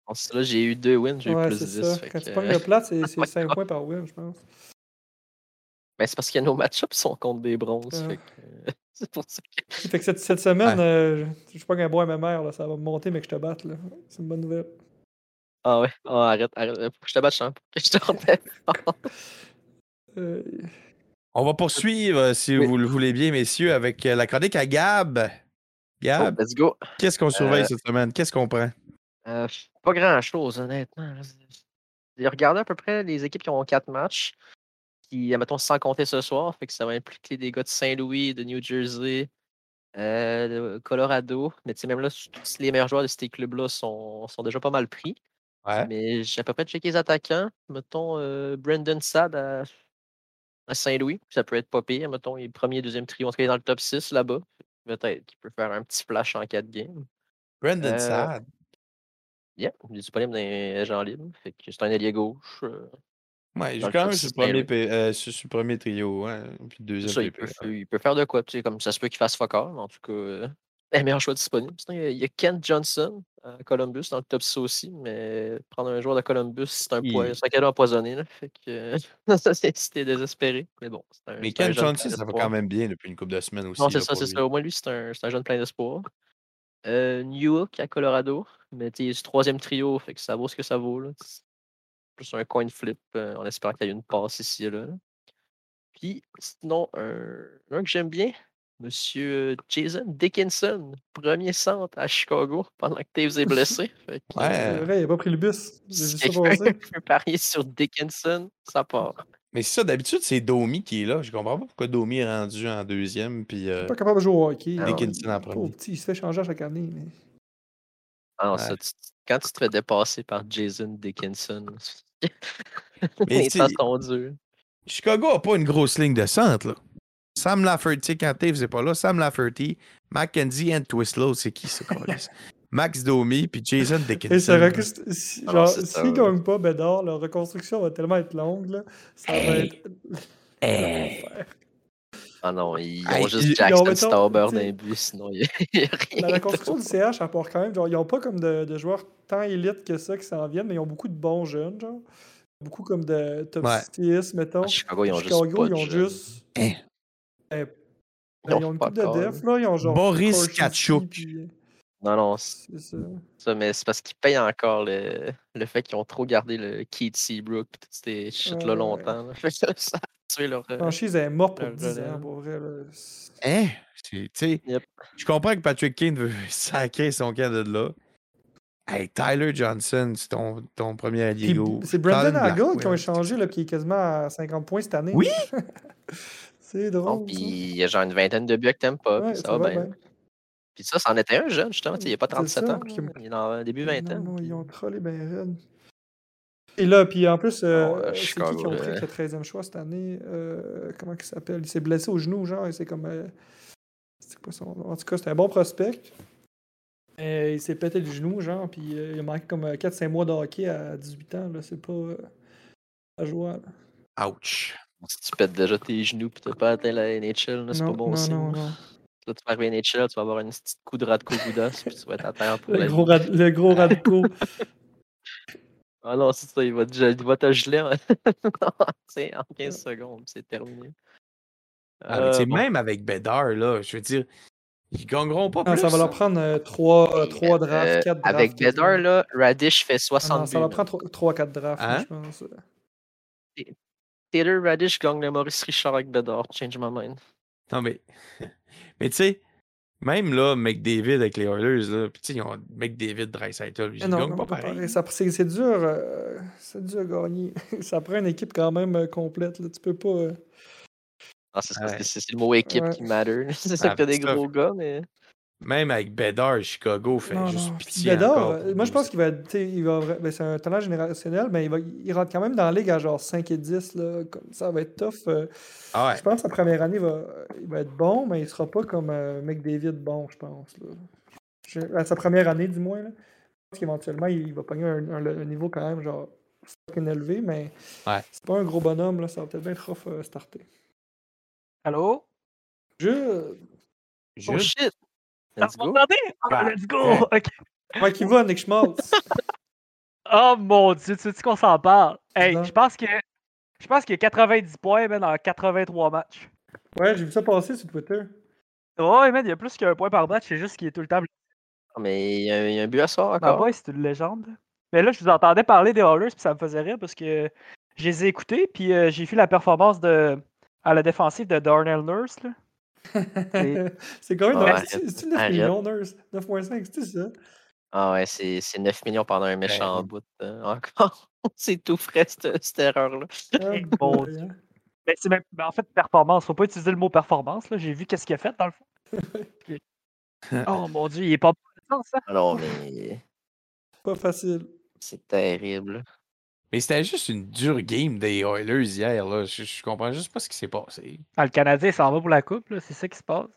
Speaker 1: En ce là, j'ai eu deux wins, j'ai eu
Speaker 3: Ouais,
Speaker 1: plus de
Speaker 3: c'est
Speaker 1: 10.
Speaker 3: ça.
Speaker 1: fait
Speaker 3: Quand
Speaker 1: que- euh,
Speaker 3: tu pognes le plat, c'est 5 points par win, je pense.
Speaker 1: Mais ben, c'est parce que nos match-ups sont contre des bronzes.
Speaker 3: Ah.
Speaker 1: fait que- euh, c'est pour ça que.
Speaker 3: Fait que cette, cette semaine, euh, je je pogne un bois à ma mère, là, ça va me monter, mais que je te batte. là. C'est une bonne nouvelle.
Speaker 1: Ah ouais, ah, arrête, arrête. Faut que je te batte, hein. Faut que je te remette.
Speaker 3: Euh,
Speaker 2: On va poursuivre, euh, si
Speaker 1: Oui.
Speaker 2: vous le voulez bien, messieurs, avec euh, la chronique à Gab. Gab,
Speaker 1: Ah, ben, let's go.
Speaker 2: qu'est-ce qu'on surveille
Speaker 1: euh,
Speaker 2: cette semaine? Qu'est-ce qu'on prend?
Speaker 1: Euh, pas grand-chose, honnêtement. J'ai regardé à peu près les équipes qui ont quatre matchs, qui, mettons, sans compter ce soir, fait que ça va impliquer des gars de Saint-Louis, de New Jersey, euh, de Colorado. Mais tu sais, même là, tous les meilleurs joueurs de ces clubs-là sont, sont déjà pas mal pris.
Speaker 2: Ouais.
Speaker 1: Mais j'ai à peu près checké les attaquants. Mettons, euh, Brandon Saad à, à Saint-Louis, ça peut être pas pire. Mettons, il est premier, deuxième trio, en tout cas, il est dans le top 6 là-bas. Peut-être qu'il peut faire un petit flash en 4 games.
Speaker 2: Brandon
Speaker 1: Euh,
Speaker 2: Saad.
Speaker 1: Yeah, il est disponible dans les agents libres. Fait que c'est un allié gauche. euh,
Speaker 2: Ouais, il joue
Speaker 1: dans le
Speaker 2: quand
Speaker 1: top
Speaker 2: même sur
Speaker 1: six,
Speaker 2: le
Speaker 1: ben
Speaker 2: premier,
Speaker 1: oui.
Speaker 2: P- euh, sur- sur le premier trio, hein, puis
Speaker 1: c'est
Speaker 2: deuxième
Speaker 1: ça, il,
Speaker 2: PP,
Speaker 1: peut,
Speaker 2: ouais.
Speaker 1: il peut faire de quoi. tu sais, Comme ça se peut qu'il fasse fuck all, mais en tout cas, euh, les meilleurs choix disponibles. Sinon, il y a- il y a Kent Johnson à Columbus dans le top 6 aussi, mais prendre un joueur de Columbus, c'est un poison.
Speaker 2: Il-
Speaker 1: C'est un cadeau empoisonné. Là, fait que ça, c'est c'était désespéré. Mais bon, c'est un.
Speaker 2: Mais
Speaker 1: hein. c'est un
Speaker 2: Ken
Speaker 1: jeune
Speaker 2: Johnson,
Speaker 1: plein
Speaker 2: ça va
Speaker 1: d'espoir.
Speaker 2: quand même bien depuis une couple de semaines aussi.
Speaker 1: Non, c'est
Speaker 2: là,
Speaker 1: ça,
Speaker 2: pour
Speaker 1: c'est
Speaker 2: lui.
Speaker 1: ça. Au moins, lui, c'est un, c'est un jeune plein d'espoir. Euh, Newhook à Colorado, mais tu sais, il est du troisième trio, fait que ça vaut ce que ça vaut. Là. C'est Plus un coin flip, euh, en espérant qu'il y ait une passe ici et là. là. Puis, sinon, un, un que j'aime bien, Monsieur Jason Dickinson, premier centre à Chicago pendant que Taves est blessé. Fait que,
Speaker 2: Ouais.
Speaker 3: C'est
Speaker 1: euh,
Speaker 3: vrai, il a pas pris le bus. J'ai
Speaker 1: si
Speaker 3: vu ça
Speaker 1: quelqu'un
Speaker 3: passer.
Speaker 1: peut parier sur Dickinson, ça part.
Speaker 2: Mais c'est ça, d'habitude, c'est Domi qui est là. Je comprends pas pourquoi Domi est rendu en deuxième. Puis, euh,
Speaker 3: Pas capable de jouer au hockey.
Speaker 1: Ah,
Speaker 3: là.
Speaker 2: Dickinson en
Speaker 3: Il est
Speaker 2: premier.
Speaker 3: pauvre petit, il se fait changer à chaque année. Mais...
Speaker 1: Ah non,
Speaker 2: Ouais.
Speaker 1: ça, tu- tu- quand tu te fais dépasser par Jason Dickinson,
Speaker 2: Mais
Speaker 1: les
Speaker 2: tu-
Speaker 1: temps sont durs.
Speaker 2: Chicago a pas une grosse ligne de centre. Là. Sam Lafferty, quand Taves n'est pas là, Sam Lafferty, Mackenzie and Twistlow, c'est qui ça, câlisse? Max Domi, puis Jason Dickinson.
Speaker 3: Et c'est vrai que c'est- si,
Speaker 1: Alors,
Speaker 3: genre,
Speaker 1: c'est ça,
Speaker 3: s'il
Speaker 1: ouais.
Speaker 3: gagne pas Bédard, la reconstruction va tellement être longue. Là, ça va être. l'enfer.
Speaker 1: Ah non, ils
Speaker 2: Hey,
Speaker 1: ont
Speaker 2: ils-
Speaker 1: juste
Speaker 2: ils
Speaker 1: Jackson
Speaker 3: ont, mettons,
Speaker 1: Stauber
Speaker 3: tu
Speaker 1: dans
Speaker 3: sais,
Speaker 1: les bus, sinon il n'y a
Speaker 3: La
Speaker 1: rien.
Speaker 3: reconstruction du CH, à part quand même. Genre, ils n'ont pas comme de, de joueurs tant élites que ça qui s'en viennent, mais ils ont beaucoup de bons jeunes. Genre. Beaucoup comme de top
Speaker 2: Ouais.
Speaker 3: 6, mettons.
Speaker 1: À Chicago, ils ont juste
Speaker 3: Chicago,
Speaker 1: pas
Speaker 3: ils
Speaker 1: de
Speaker 3: ont
Speaker 1: jeunes.
Speaker 3: juste.
Speaker 2: Hein.
Speaker 3: Euh,
Speaker 1: Ils
Speaker 3: Ils
Speaker 1: ont
Speaker 3: ont une
Speaker 1: pas
Speaker 3: coupe de
Speaker 1: encore,
Speaker 3: def, là. Ils ont genre.
Speaker 2: Boris
Speaker 3: Korchinski,
Speaker 2: Kachuk.
Speaker 3: puis- euh,
Speaker 1: Non, non, c'est
Speaker 3: C'est ça.
Speaker 1: ça, mais c'est parce qu'ils payent encore le, le fait qu'ils ont trop gardé le Keith Seabrook et toutes ces shit-là
Speaker 3: Ouais. Ah
Speaker 1: longtemps. là. Fait que ça a tué leur. euh,
Speaker 3: Franchise elle est morte pour
Speaker 1: Le
Speaker 3: 10
Speaker 1: Jordan.
Speaker 3: ans, pour vrai. là. C'est-
Speaker 2: Hein? C'est- tu sais,
Speaker 1: Yep.
Speaker 2: Je comprends que Patrick Kane veut saquer son camp de là. Hey, Tyler Johnson, c'est ton, ton premier allié
Speaker 3: Puis
Speaker 2: gauche.
Speaker 3: C'est Brandon
Speaker 2: Colin
Speaker 3: Hagel qui ont
Speaker 2: Blackwell.
Speaker 3: échangé, là, qui est quasiment à 50 points cette année.
Speaker 2: Oui!
Speaker 3: c'est
Speaker 1: Non,
Speaker 3: drôle.
Speaker 1: puis
Speaker 3: ça.
Speaker 1: il y a genre une vingtaine de buts que t'aimes pas,
Speaker 3: Ouais,
Speaker 1: puis ça, va bien. Puis ça, c'en était un jeune, justement. tu sais, Il n'y a pas
Speaker 3: C'est
Speaker 1: 37
Speaker 3: ça,
Speaker 1: ans.
Speaker 3: puis
Speaker 1: là. Il est en début vingtaine.
Speaker 3: Non, non,
Speaker 1: puis-
Speaker 3: ils ont trollé ben raide. Et là, puis en plus, euh,
Speaker 1: Ah ouais,
Speaker 3: c'est qui qui
Speaker 1: Chicago,
Speaker 3: ont pris
Speaker 1: là.
Speaker 3: le 13e choix cette année? Euh, comment il s'appelle? Il s'est blessé au genou, genre, et c'est comme... euh, c'est quoi son nom? En tout cas, c'était un bon prospect. Mais il s'est pété le genou, genre, puis euh, il a manqué comme euh, 4-5 mois de hockey à 18 ans, là, c'est pas... euh, pas jouable.
Speaker 2: Ouch.
Speaker 1: Si tu pètes déjà tes genoux et t'as pas atteint la NHL, là, c'est pas
Speaker 3: Non,
Speaker 1: bon hein.
Speaker 3: non,
Speaker 1: signe.
Speaker 3: non, non.
Speaker 1: Là, tu vas arriver à NHL, tu vas avoir une petite coup de Radko Goudas, puis tu vas être à terre pour la
Speaker 3: Le gros, rad- le gros Radko.
Speaker 1: Ah non, c'est ça, il va, te gel- il va te geler en, non, tu sais, en 15 secondes, c'est terminé.
Speaker 2: Ah, mais tu sais,
Speaker 1: Euh, bon,
Speaker 2: Même avec Bédard, là, je veux dire, ils gagneront pas
Speaker 3: Non,
Speaker 2: plus.
Speaker 3: Ah, ça
Speaker 2: là.
Speaker 3: va leur prendre 3,
Speaker 1: puis, euh,
Speaker 3: drafts, 4 drafts.
Speaker 1: Avec
Speaker 3: quasiment.
Speaker 1: Bedard, là, Radish fait
Speaker 3: Ah non,
Speaker 1: 60
Speaker 3: ça leur
Speaker 1: buts.
Speaker 3: prend 3-4 drafts, moi,
Speaker 2: Hein?
Speaker 3: je pense.
Speaker 1: Taylor Radish gagne le Maurice Richard avec Bedard. Change my mind.
Speaker 2: Non, mais, mais tu sais, même là, McDavid avec les Oilers, là, pis tu sais, ils ont McDavid, Dreisaitl, ils
Speaker 3: Ah non,
Speaker 2: gagnent
Speaker 3: non,
Speaker 2: pas
Speaker 3: pas
Speaker 2: pareil.
Speaker 3: pareil. Ça- C'est c'est dur, euh, c'est dur à gagner. ça prend une équipe quand même euh, complète. Là. Tu peux pas. euh,
Speaker 1: Ah, c'est, ça,
Speaker 2: Ouais.
Speaker 1: c'est- c'est- c'est le mot équipe
Speaker 3: Ouais.
Speaker 1: qui matter. C'est
Speaker 2: Ah,
Speaker 1: ça que t'as
Speaker 2: ben,
Speaker 1: des
Speaker 2: ça,
Speaker 1: gros gars, mais.
Speaker 2: Même avec Bédard, Chicago fait
Speaker 3: non,
Speaker 2: juste
Speaker 3: non. Puis
Speaker 2: pitié
Speaker 3: Bédard,
Speaker 2: encore
Speaker 3: euh,
Speaker 2: pour
Speaker 3: moi je
Speaker 2: nous.
Speaker 3: pense qu'il va être. tu sais, il va vra- ben, c'est un talent générationnel, mais il, va, il rentre quand même dans la ligue à genre 5 et 10. Là, comme ça va être tough. euh.
Speaker 2: Ah ouais.
Speaker 3: Je pense que sa première année, il va, il va être bon, mais il sera pas comme euh, McDavid bon, je pense. Là. Je- à sa première année, du moins. Là. Je pense qu'éventuellement, il, il va pogner un, un- un niveau quand même genre fucking élevé, mais
Speaker 2: Ouais.
Speaker 3: c'est pas un gros bonhomme. Là, ça va peut-être bien être rough à starter.
Speaker 4: Allô?
Speaker 3: Je...
Speaker 1: Oh
Speaker 2: Juste-
Speaker 1: shit!
Speaker 4: Ah,
Speaker 1: Let's
Speaker 4: Vous
Speaker 1: go!
Speaker 4: m'entendez? Ah,
Speaker 2: Bah,
Speaker 4: let's go! Ok.
Speaker 3: Moi qui va, Nick Schmaltz.
Speaker 4: Oh mon dieu, tu veux qu'on s'en parle? Hey,
Speaker 3: Non.
Speaker 4: je pense que. Je pense qu'il y a 90 points, man, en 83 matchs.
Speaker 3: Ouais, j'ai vu ça passer sur Twitter.
Speaker 4: Ouais, man, il y a plus qu'un point par match, c'est juste qu'il est tout le temps.
Speaker 1: Mais il y, a, un- il y a un but à soir
Speaker 4: Ah,
Speaker 1: encore.
Speaker 4: boy, c'est une légende. Mais là, je vous entendais parler des Hallers, puis ça me faisait rire parce que je les ai écoutés, puis euh, j'ai vu la performance de à la défensive de Darnell Nurse. Là. Et-
Speaker 3: c'est quand même.
Speaker 1: Ouais.
Speaker 3: dans- C'est c'est-tu 9
Speaker 1: Arrête.
Speaker 3: millions, Nurse 9.5, c'est ça?
Speaker 1: Ah ouais, c'est c'est 9 millions pendant un méchant
Speaker 2: Ben.
Speaker 1: bout. euh, encore. c'est tout frais, cette, cette erreur-là.
Speaker 3: Ah,
Speaker 4: Mon
Speaker 3: boy,
Speaker 4: Dieu.
Speaker 3: hein.
Speaker 4: Mais c'est même- mais en fait, performance. Faut pas utiliser le mot performance. Là. J'ai vu qu'est-ce qu'il a fait dans le fond. Oh mon dieu, il est pas bon, ça.
Speaker 1: Alors, mais
Speaker 3: Pas facile.
Speaker 1: c'est terrible.
Speaker 2: Mais c'était juste une dure game des Oilers hier. Là. Je, je comprends juste pas ce qui s'est passé.
Speaker 4: Ah, le Canadien il s'en va pour la coupe, là. c'est ça qui se passe.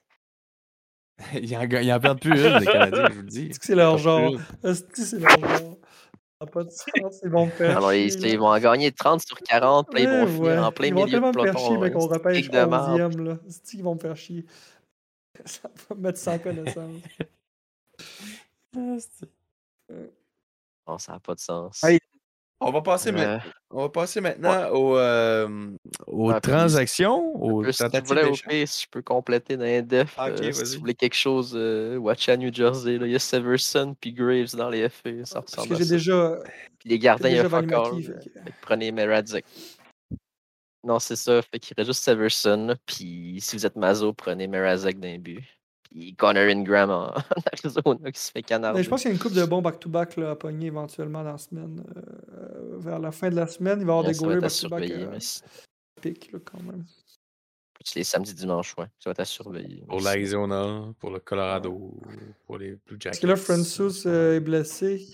Speaker 2: Ils en, ga- ils en perdent plus une, les Canadiens, je vous le dis.
Speaker 3: Est-ce que c'est leur
Speaker 2: Ils en
Speaker 3: genre?
Speaker 2: perdent plus une.
Speaker 3: Est-ce que c'est leur genre? Ça n'a pas de sens, ils vont me faire
Speaker 1: Alors, ils,
Speaker 3: chier,
Speaker 1: ils
Speaker 3: là.
Speaker 1: vont en gagner 30 sur 40, puis là, ils vont
Speaker 3: Ouais,
Speaker 1: finir
Speaker 3: ouais.
Speaker 1: en plein
Speaker 3: ils vont
Speaker 1: milieu de
Speaker 3: tellement me faire
Speaker 1: peloton.
Speaker 3: chier, mais qu'on
Speaker 1: hein,
Speaker 3: repêche
Speaker 1: stick de marde.
Speaker 3: 11e, là. cest qu'ils vont me faire chier? Ça va me mettre sans connaissance.
Speaker 1: Non, ça n'a pas de sens.
Speaker 4: Ah, il-
Speaker 2: On va passer, ma-
Speaker 1: Euh,
Speaker 2: on va passer maintenant aux, euh, aux
Speaker 1: Ah, puis-
Speaker 2: transactions, aux
Speaker 1: plus, si tu
Speaker 2: tentatives
Speaker 1: voulais, au
Speaker 2: d'échange.
Speaker 1: pire, si je peux compléter dans les def,
Speaker 2: Ah, ok,
Speaker 1: euh, si
Speaker 2: vas-y.
Speaker 1: tu voulais quelque chose, euh, watch à New Jersey. là, Il y a Severson puis Graves dans les FA. Ça
Speaker 3: Ah, Parce
Speaker 1: ressemble
Speaker 3: que
Speaker 1: à
Speaker 3: j'ai
Speaker 1: ça.
Speaker 3: déjà,
Speaker 1: Puis les
Speaker 3: j'ai
Speaker 1: gardiens, il y
Speaker 3: déjà
Speaker 1: a fuck all,
Speaker 3: Valimaki.
Speaker 1: là.
Speaker 3: fait que-
Speaker 1: Fait que prenez Meradzic. Non, c'est ça. Fait qu'il reste juste Severson. là, Puis si vous êtes Mazo, prenez Merazic d'un but. Puis Connor Ingram en, en Arizona qui se fait canarder.
Speaker 3: Mais je pense qu'il y a une coupe de bons back-to-back là, à pogner éventuellement dans la semaine. Euh, vers la fin de la semaine, il va y avoir
Speaker 1: Ouais,
Speaker 3: des
Speaker 1: ça va être
Speaker 3: goalers
Speaker 1: à
Speaker 3: back-to-back
Speaker 1: surveiller.
Speaker 3: euh,
Speaker 1: mais c'est-
Speaker 3: piques, là, quand même.
Speaker 1: c'est les samedis, dimanches, ouais. Ça va être à surveiller. mais
Speaker 2: Pour
Speaker 1: c'est-
Speaker 2: l'Arizona, pour le Colorado, pour les Blue Jackets.
Speaker 3: Parce que là, Francis euh, est blessé.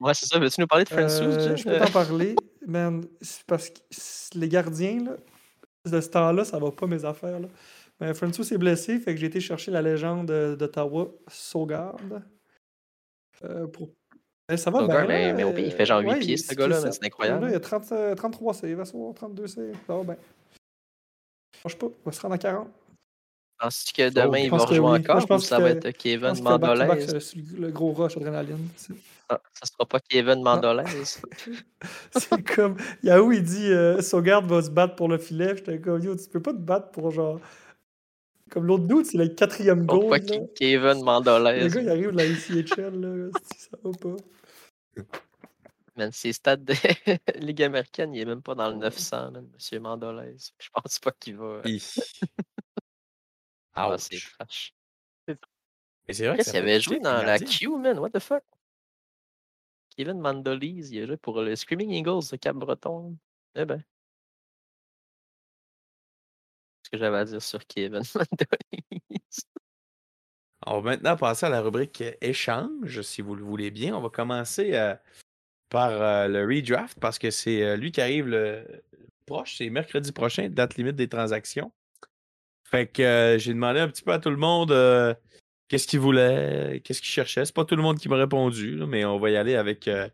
Speaker 1: Ouais, c'est ça. Veux-tu nous parler de Francis?
Speaker 3: Euh,
Speaker 1: Jeff?
Speaker 3: je peux t'en parler, man. C'est parce que c'est- les gardiens, là, de ce temps-là, ça va pas mes affaires. Là. Mais François s'est blessé, fait que j'ai été chercher la légende euh, d'Ottawa, Sogard. Euh, pour... Ben, ça va
Speaker 1: Sogard,
Speaker 3: bien,
Speaker 1: mais-
Speaker 3: là,
Speaker 1: mais au pire, il fait genre huit
Speaker 3: ouais,
Speaker 1: pieds,
Speaker 3: il-
Speaker 1: ce gars-là,
Speaker 3: c'est
Speaker 1: man, c'est incroyable.
Speaker 3: Là, il a 30, euh, 33 saves à soir, 32 saves. Ça va bien. Je sais pas, on va se rendre à 40.
Speaker 1: Penses-tu que demain,
Speaker 3: je
Speaker 1: il va
Speaker 3: pense que
Speaker 1: rejouer
Speaker 3: oui. Moi,
Speaker 1: encore
Speaker 3: je
Speaker 1: ou
Speaker 3: pense
Speaker 1: ça va
Speaker 3: que-
Speaker 1: être euh,
Speaker 3: Je
Speaker 1: Kevin
Speaker 3: pense que le back-to-back,
Speaker 1: Mandolez?
Speaker 3: c'est le, le gros rush adrénaline. C'est-
Speaker 1: Ah, ça sera pas Kevin Mandolez.
Speaker 3: C'est comme Yahoo, il dit euh, Sogard va se battre pour le filet. J'étais comme Yo, tu peux pas te battre pour genre. Comme l'autre doute, c'est le quatrième
Speaker 1: Pour
Speaker 3: goal.
Speaker 1: pas
Speaker 3: là.
Speaker 1: Ke- Kevin
Speaker 3: Le gars,
Speaker 1: Mandolez.
Speaker 3: il arrive de la ICHL, là. si ça va pas.
Speaker 1: Man, ses stats de Ligue américaine, il est même pas dans le 900, man, monsieur Mandolez. Je pense pas qu'il va. euh,
Speaker 2: Hi.
Speaker 1: Ah, c'est
Speaker 2: Ouch.
Speaker 1: trash.
Speaker 2: Mais c'est vrai que
Speaker 1: Chris,
Speaker 2: ça
Speaker 1: il
Speaker 2: fait chier,
Speaker 1: avait joué
Speaker 2: les
Speaker 1: dans la
Speaker 2: Canadiens.
Speaker 1: Q, man. What the fuck? Kevin Mandolese, il a joué pour le Screaming Eagles de Cap-Breton. Eh ben. Ce que j'avais à dire sur Kevin Mandolese.
Speaker 2: On va maintenant passer à la rubrique euh, échange, si vous le voulez bien. On va commencer euh, par euh, le redraft parce que c'est euh, lui qui arrive le proche, c'est mercredi prochain, date limite des transactions. Fait que euh, j'ai demandé un petit peu à tout le monde euh, qu'est-ce qu'il voulait, qu'est-ce qu'il cherchait. C'est pas tout le monde qui m'a répondu, là, mais on va y aller avec euh,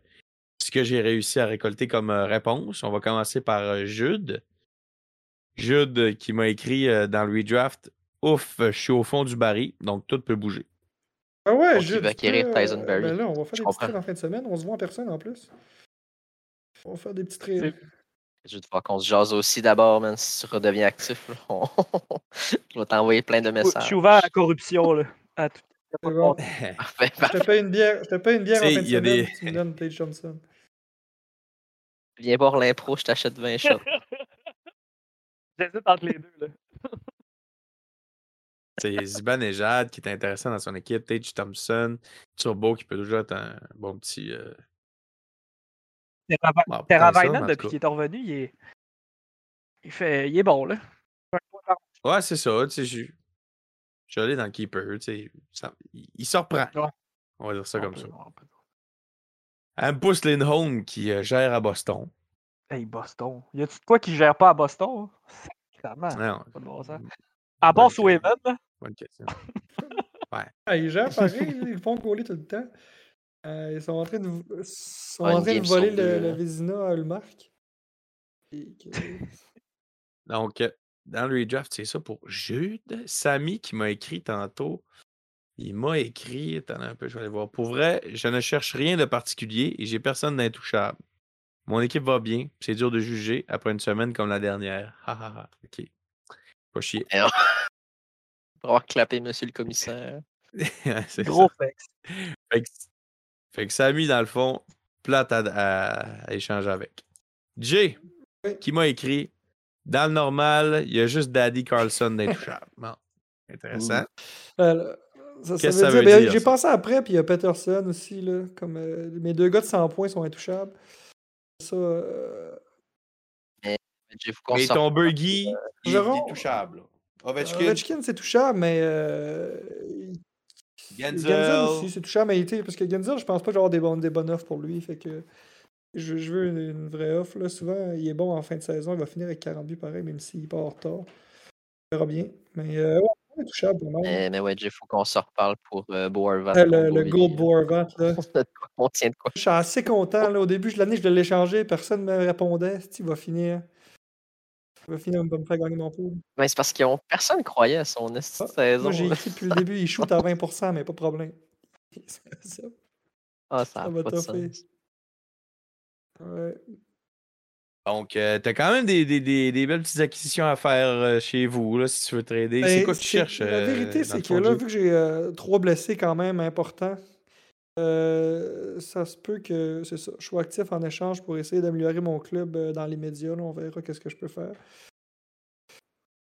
Speaker 2: ce que j'ai réussi à récolter comme euh, réponse. On va commencer par euh, Jude. Jude euh, qui m'a écrit euh, dans le redraft Ouf, euh, je suis au fond du baril, donc tout peut bouger.
Speaker 3: Ah ouais,
Speaker 1: Donc, il
Speaker 3: Jude,
Speaker 1: va acquérir
Speaker 3: tu peux,
Speaker 1: Tyson
Speaker 3: euh,
Speaker 1: Berry.
Speaker 3: Ben là, on
Speaker 1: Je
Speaker 3: va faire des petites
Speaker 1: comprends.
Speaker 3: trails en fin de semaine. On se voit en personne en plus. On va faire des petits trails.
Speaker 1: Je vais devoir qu'on se jase aussi d'abord, man, si tu redeviens actif. là. On- Je vais t'envoyer plein de
Speaker 4: Je
Speaker 1: messages.
Speaker 4: suis ouvert à la corruption. Là. À tout-
Speaker 3: C'est bon.
Speaker 1: Parfait,
Speaker 3: Je te paye une bière, je te paye une bière en
Speaker 2: Tu sais,
Speaker 3: fin de
Speaker 2: il y a
Speaker 3: semaine.
Speaker 2: des-
Speaker 3: Tu me donnes Paige Johnson.
Speaker 1: Viens voir l'impro, je t'achète 20 shots.
Speaker 4: J'hésite entre les deux. Là.
Speaker 2: C'est Ziban et Jade qui est intéressant dans son équipe. Tage Thompson, Turbo qui peut toujours être un bon petit. euh,
Speaker 4: Terra-
Speaker 2: bon, Tyson,
Speaker 4: Teravainen,
Speaker 2: en
Speaker 4: depuis
Speaker 2: tout
Speaker 4: qu'il est revenu, il est... Il, fait... il est bon. là.
Speaker 2: cas. Ouais, c'est ça. Tu sais, je je suis allé dans le Keeper. Tu sais, ça- il, il se reprend.
Speaker 4: Ouais.
Speaker 2: On va dire ça comme ça. Ampus Lindholm qui euh, gère à Boston.
Speaker 4: Hey, Boston. Y a-tu de quoi qui gère pas à Boston? Clairement.
Speaker 2: Non,
Speaker 4: Pas de bon sens.
Speaker 2: bonne
Speaker 4: À part
Speaker 2: question.
Speaker 4: Swayman, là,
Speaker 2: bonne question.
Speaker 3: Ah, ils gèrent pareil, là, ils le font gauler tout le temps. Euh, ils sont en train de, vo- ils sont
Speaker 2: Ah,
Speaker 1: Ouais,
Speaker 3: en
Speaker 1: une
Speaker 3: train de
Speaker 1: game
Speaker 3: voler
Speaker 1: sur deux,
Speaker 3: le,
Speaker 2: hein.
Speaker 3: le
Speaker 1: là.
Speaker 3: Vézina à Ulmark. Et que-
Speaker 2: Donc, euh, dans le redraft, c'est ça pour Jude. Samy qui m'a écrit tantôt. Il m'a écrit. Attendez un peu, je vais aller voir. Pour vrai, je ne cherche rien de particulier et j'ai personne d'intouchable. Mon équipe va bien. C'est dur de juger après une semaine comme la dernière. Ha ha ha. OK. Pas chier.
Speaker 1: Pour avoir clapé, monsieur le commissaire.
Speaker 2: C'est
Speaker 4: gros flex.
Speaker 2: ça. Fait que, fait que Samy, dans le fond, plate à, à- à échanger avec. Jay,
Speaker 3: Oui.
Speaker 2: qui m'a écrit Dans le normal, il y a juste Daddy Carlson d'intouchable. Bon. Intéressant.
Speaker 3: Euh,
Speaker 2: Qu'est-ce
Speaker 3: Ça, veut
Speaker 2: que ça
Speaker 3: dire-
Speaker 2: veut
Speaker 3: ben,
Speaker 2: dire,
Speaker 3: J'ai
Speaker 2: ça?
Speaker 3: pensé après, puis il y a Peterson aussi. Là, comme, euh, mes deux gars de 100 points sont intouchables. Ça, euh,
Speaker 1: Jeff
Speaker 2: Mais
Speaker 1: Corson.
Speaker 2: ton buggy, euh, il est
Speaker 3: Jérôme-
Speaker 2: touchable. là. Ovechkin,
Speaker 3: Ovechkin, c'est touchable, mais. euh, Genzel aussi,
Speaker 2: Genzel.
Speaker 3: c'est touchable, mais il était- parce que Genzel, je pense pas que je vais avoir des bonnes, des bonnes offres pour lui. Fait que je, je veux une, une vraie offre. Là. Souvent, il est bon en fin de saison, il va finir avec 40 buts pareil, même s'il part en retard. On verra bien. Mais euh, ouais, il est touchable pour moi.
Speaker 1: Mais, mais ouais, Jeff, faut qu'on se reparle pour euh, Boervat.
Speaker 3: Ah, le,
Speaker 1: contre
Speaker 3: le goal
Speaker 1: Bowie,
Speaker 3: Boervat, là.
Speaker 1: là. On a de quoi- euh, On tient de quoi.
Speaker 3: Je suis assez content. Là. Au début de l'année, je l'ai échangé, personne ne me répondait. Si, Il va finir. Il va finir, il va me faire gagner mon pot.
Speaker 1: Mais Ben, c'est parce que personne croyait à son esti de saison.
Speaker 3: Ah, Moi, j'ai
Speaker 1: là.
Speaker 3: écrit depuis le début, il shoot à 20%, mais pas de problème. C'est ça.
Speaker 1: Ah, ça
Speaker 3: ça
Speaker 1: a
Speaker 3: m'a
Speaker 1: pas de
Speaker 3: toffé.
Speaker 1: sens.
Speaker 3: Ouais.
Speaker 2: Donc, euh, t'as quand même des, des, des, des belles petites acquisitions à faire euh, chez vous, là, si tu veux trader.
Speaker 3: Ben,
Speaker 2: C'est quoi que tu
Speaker 3: c'est-
Speaker 2: cherches?
Speaker 3: La
Speaker 2: euh,
Speaker 3: vérité,
Speaker 2: dans
Speaker 3: c'est
Speaker 2: le
Speaker 3: que
Speaker 2: fond,
Speaker 3: là,
Speaker 2: Jeff?
Speaker 3: vu que j'ai euh, trois blessés quand même importants, euh, ça se peut que c'est ça. Je sois actif en échange pour essayer d'améliorer mon club euh, dans les médias. là. on verra qu'est-ce que je peux faire.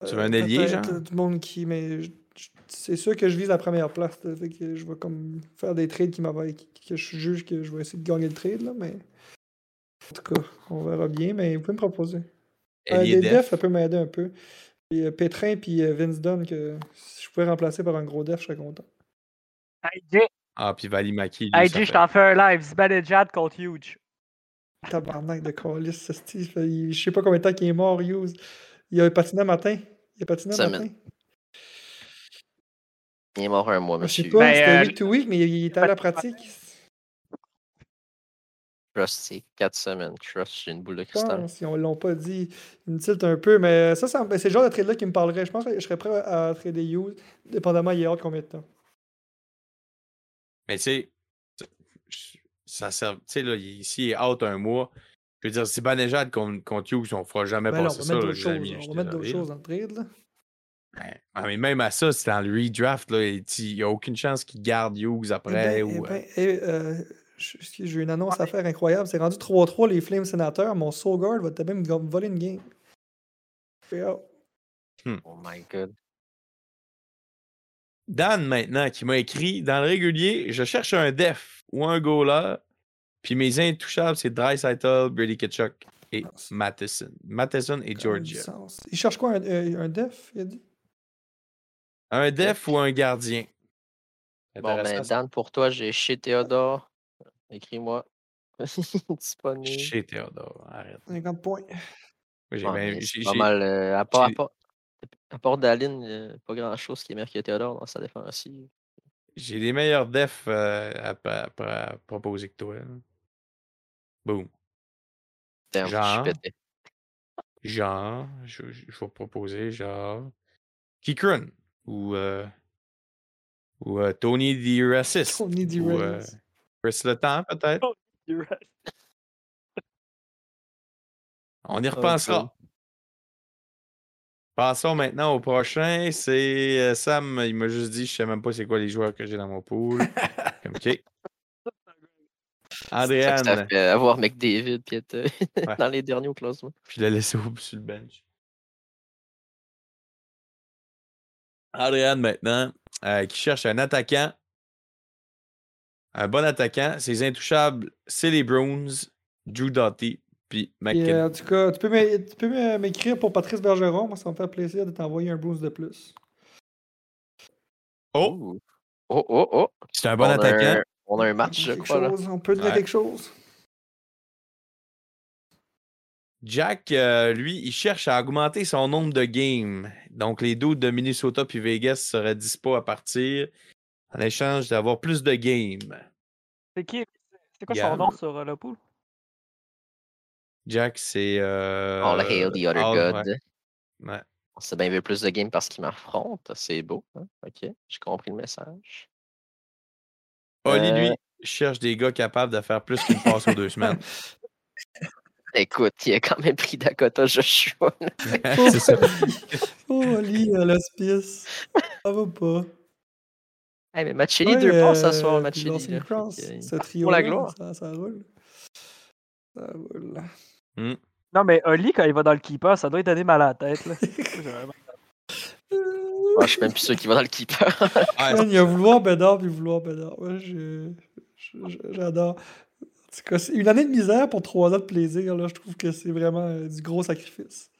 Speaker 2: Tu veux un ailier,
Speaker 3: peut-être,
Speaker 2: genre?
Speaker 3: euh, Du monde qui, mais je- je- c'est sûr que je vise la première place. là. Fait que je vais comme faire des trades qui m'avaient, qui- que je juge que je vais essayer de gagner le trade là, mais en tout cas, on verra bien. Mais vous pouvez me proposer. Euh,
Speaker 2: Elliot
Speaker 3: des
Speaker 2: Def.
Speaker 3: defs, ça peut m'aider un peu. Puis, euh, Pétrin puis euh, Vince Dunn, que si je pouvais remplacer par un gros def, je serais content.
Speaker 4: IG,
Speaker 2: Ah, puis Valimaki. lui, ça
Speaker 4: IG, je
Speaker 2: fait-
Speaker 4: t'en fais un live. Zibanejad contre Huge.
Speaker 3: Tabarnak de Callis, ce style. fait- il- Je sais pas combien de temps qu'il est mort, Hughes. Il a patiné un matin. Il a patiné un
Speaker 1: Semaine.
Speaker 3: matin.
Speaker 1: Il est mort un mois,
Speaker 3: Ah, Je sais
Speaker 1: monsieur.
Speaker 3: pas,
Speaker 4: Ben,
Speaker 3: c'était
Speaker 4: euh,
Speaker 3: week to week, mais il il était à la pratique.
Speaker 1: Trust, c'est 4 semaines. Trust, j'ai une boule de
Speaker 3: Je
Speaker 1: cristal.
Speaker 3: pense, ils ne l'ont pas dit. Ils me tiltent un peu, mais ça, ça me- ben, c'est le genre de trade-là qui me parlerait. Je pense que je serais prêt à trader Hughes, dépendamment il est hors combien de temps.
Speaker 2: Mais tu sais, tu- ça sert. Tu sais, là, il- ici, il est out un mois. Je veux dire, si Banejad contre, contre Hughes, on fera jamais
Speaker 3: Ben non,
Speaker 2: passer
Speaker 3: on va
Speaker 2: ça.
Speaker 3: mettre
Speaker 2: là,
Speaker 3: d'autres
Speaker 2: les
Speaker 3: choses.
Speaker 2: amis, je
Speaker 3: On
Speaker 2: suis
Speaker 3: va mettre d'autres
Speaker 2: désolé, là.
Speaker 3: choses dans le trade. là.
Speaker 2: Ouais. Ah, mais même à ça, c'est dans le redraft, là, il il y a aucune chance qu'il garde Hughes
Speaker 3: Eh
Speaker 2: après.
Speaker 3: ben, eh
Speaker 2: ou, euh,
Speaker 3: ben, eh, euh, je- je- j'ai une annonce à faire incroyable. C'est rendu 3-3 les Flames sénateurs. Mon Sogard va peut-être même me voler une game. J'ai hâte.
Speaker 1: Oh my god.
Speaker 2: Dan, maintenant, qui m'a écrit dans le régulier, je cherche un def ou un goaler. Puis mes intouchables, c'est Dreisaitl, Brady Ketchuk et
Speaker 3: Mince.
Speaker 2: Matheson. Matheson et
Speaker 3: Comme du
Speaker 2: Georgia.
Speaker 3: sens. Il cherche quoi, un, euh, un def il a dit?
Speaker 2: Un def ou un gardien?
Speaker 1: Bon, ben,
Speaker 2: Intéressant, ça.
Speaker 1: Dan, pour toi, j'ai chez Théodore. Écris-moi. Disponible.
Speaker 2: Chez Théodore, arrête.
Speaker 3: 50 points.
Speaker 2: Moi, j'ai
Speaker 1: Ouais,
Speaker 2: bien-
Speaker 1: mais
Speaker 2: j'ai-
Speaker 1: c'est pas
Speaker 2: j'ai-
Speaker 1: mal. euh, à part, à
Speaker 2: j'ai-
Speaker 1: part, à part Daline, euh, pas grand chose qui est meilleur que Théodore dans sa défensive.
Speaker 2: j'ai les meilleurs defs euh, à, pa- pa- à proposer que toi. là. Boom.
Speaker 1: Damn, je
Speaker 2: Genre?
Speaker 1: suis pété.
Speaker 2: Genre, je, je- je vais proposer genre Kikun ou, euh, ou euh, Tony the Racist.
Speaker 3: Tony D.
Speaker 2: Ou, euh,
Speaker 3: Reynolds.
Speaker 2: Chris Le Temps, peut-être. On y repensera. Passons maintenant au prochain. C'est euh, Sam, il m'a juste dit, je sais même pas c'est quoi les joueurs que j'ai dans mon pool. Comme, OK.
Speaker 1: Ça, que ça
Speaker 2: Adriane,
Speaker 1: fait avoir McDavid puis être euh, dans les derniers au classement.
Speaker 2: je l'ai laissé au sur le bench. Adriane maintenant, euh, qui cherche un attaquant. Un bon attaquant. Ses intouchables, c'est les Bruins, Drew Doughty, puis
Speaker 3: Puis,
Speaker 2: McKinnon.
Speaker 3: euh, en tout cas, tu peux m'é- tu peux m'é- m'écrire pour Patrice Bergeron. Moi, ça me fait plaisir de t'envoyer un boost de plus.
Speaker 2: Oh,
Speaker 1: Ouh. Oh, oh, oh.
Speaker 2: c'est un bon
Speaker 1: on, A
Speaker 2: attaquant.
Speaker 1: un, on a un match, je
Speaker 3: Quelque
Speaker 1: crois. Là.
Speaker 3: chose, On peut donner
Speaker 2: Ouais.
Speaker 3: quelque chose.
Speaker 2: Jack, euh, lui, il cherche à augmenter son nombre de games. Donc, les doutes de Minnesota puis Vegas seraient dispo à partir en échange d'avoir plus de games.
Speaker 4: C'est qui C'est quoi
Speaker 2: Yann.
Speaker 4: son nom sur euh, le pool
Speaker 2: Jack, c'est. euh,
Speaker 1: All Oh, hail the other
Speaker 2: all-
Speaker 1: god. euh.
Speaker 2: ouais, ouais.
Speaker 1: On s'est bien vu plus de games parce qu'il m'affronte. C'est beau. hein. Ok, j'ai compris le message.
Speaker 2: Oli,
Speaker 1: Euh.
Speaker 2: lui, cherche des gars capables de faire plus qu'une passe aux deux semaines.
Speaker 1: Écoute, il a quand même pris Dakota Joshua.
Speaker 2: c'est ça.
Speaker 3: Oh, Ali, à l'hospice. Ça va pas.
Speaker 1: Hey, mais Matchelli, deux passes
Speaker 3: euh,
Speaker 1: ce
Speaker 2: euh,
Speaker 1: soir, Matchelli. là, fait que- euh, Ah,
Speaker 3: Ce trio
Speaker 1: pour la gloire.
Speaker 3: Ça, ça roule. Ça roule.
Speaker 4: Non, mais Oli, quand il va dans le keeper, ça doit lui donner mal à la tête. Là. J'ai vraiment-
Speaker 1: Ouais, je suis même plus sûr qu'il va dans le keeper.
Speaker 2: Ouais,
Speaker 3: Man, il y a vouloir Bédard puis vouloir Bédard. Ouais, je- je- je- J'adore. En tout cas, c'est une année de misère pour trois ans de plaisir. Là, je trouve que c'est vraiment euh, du gros sacrifice.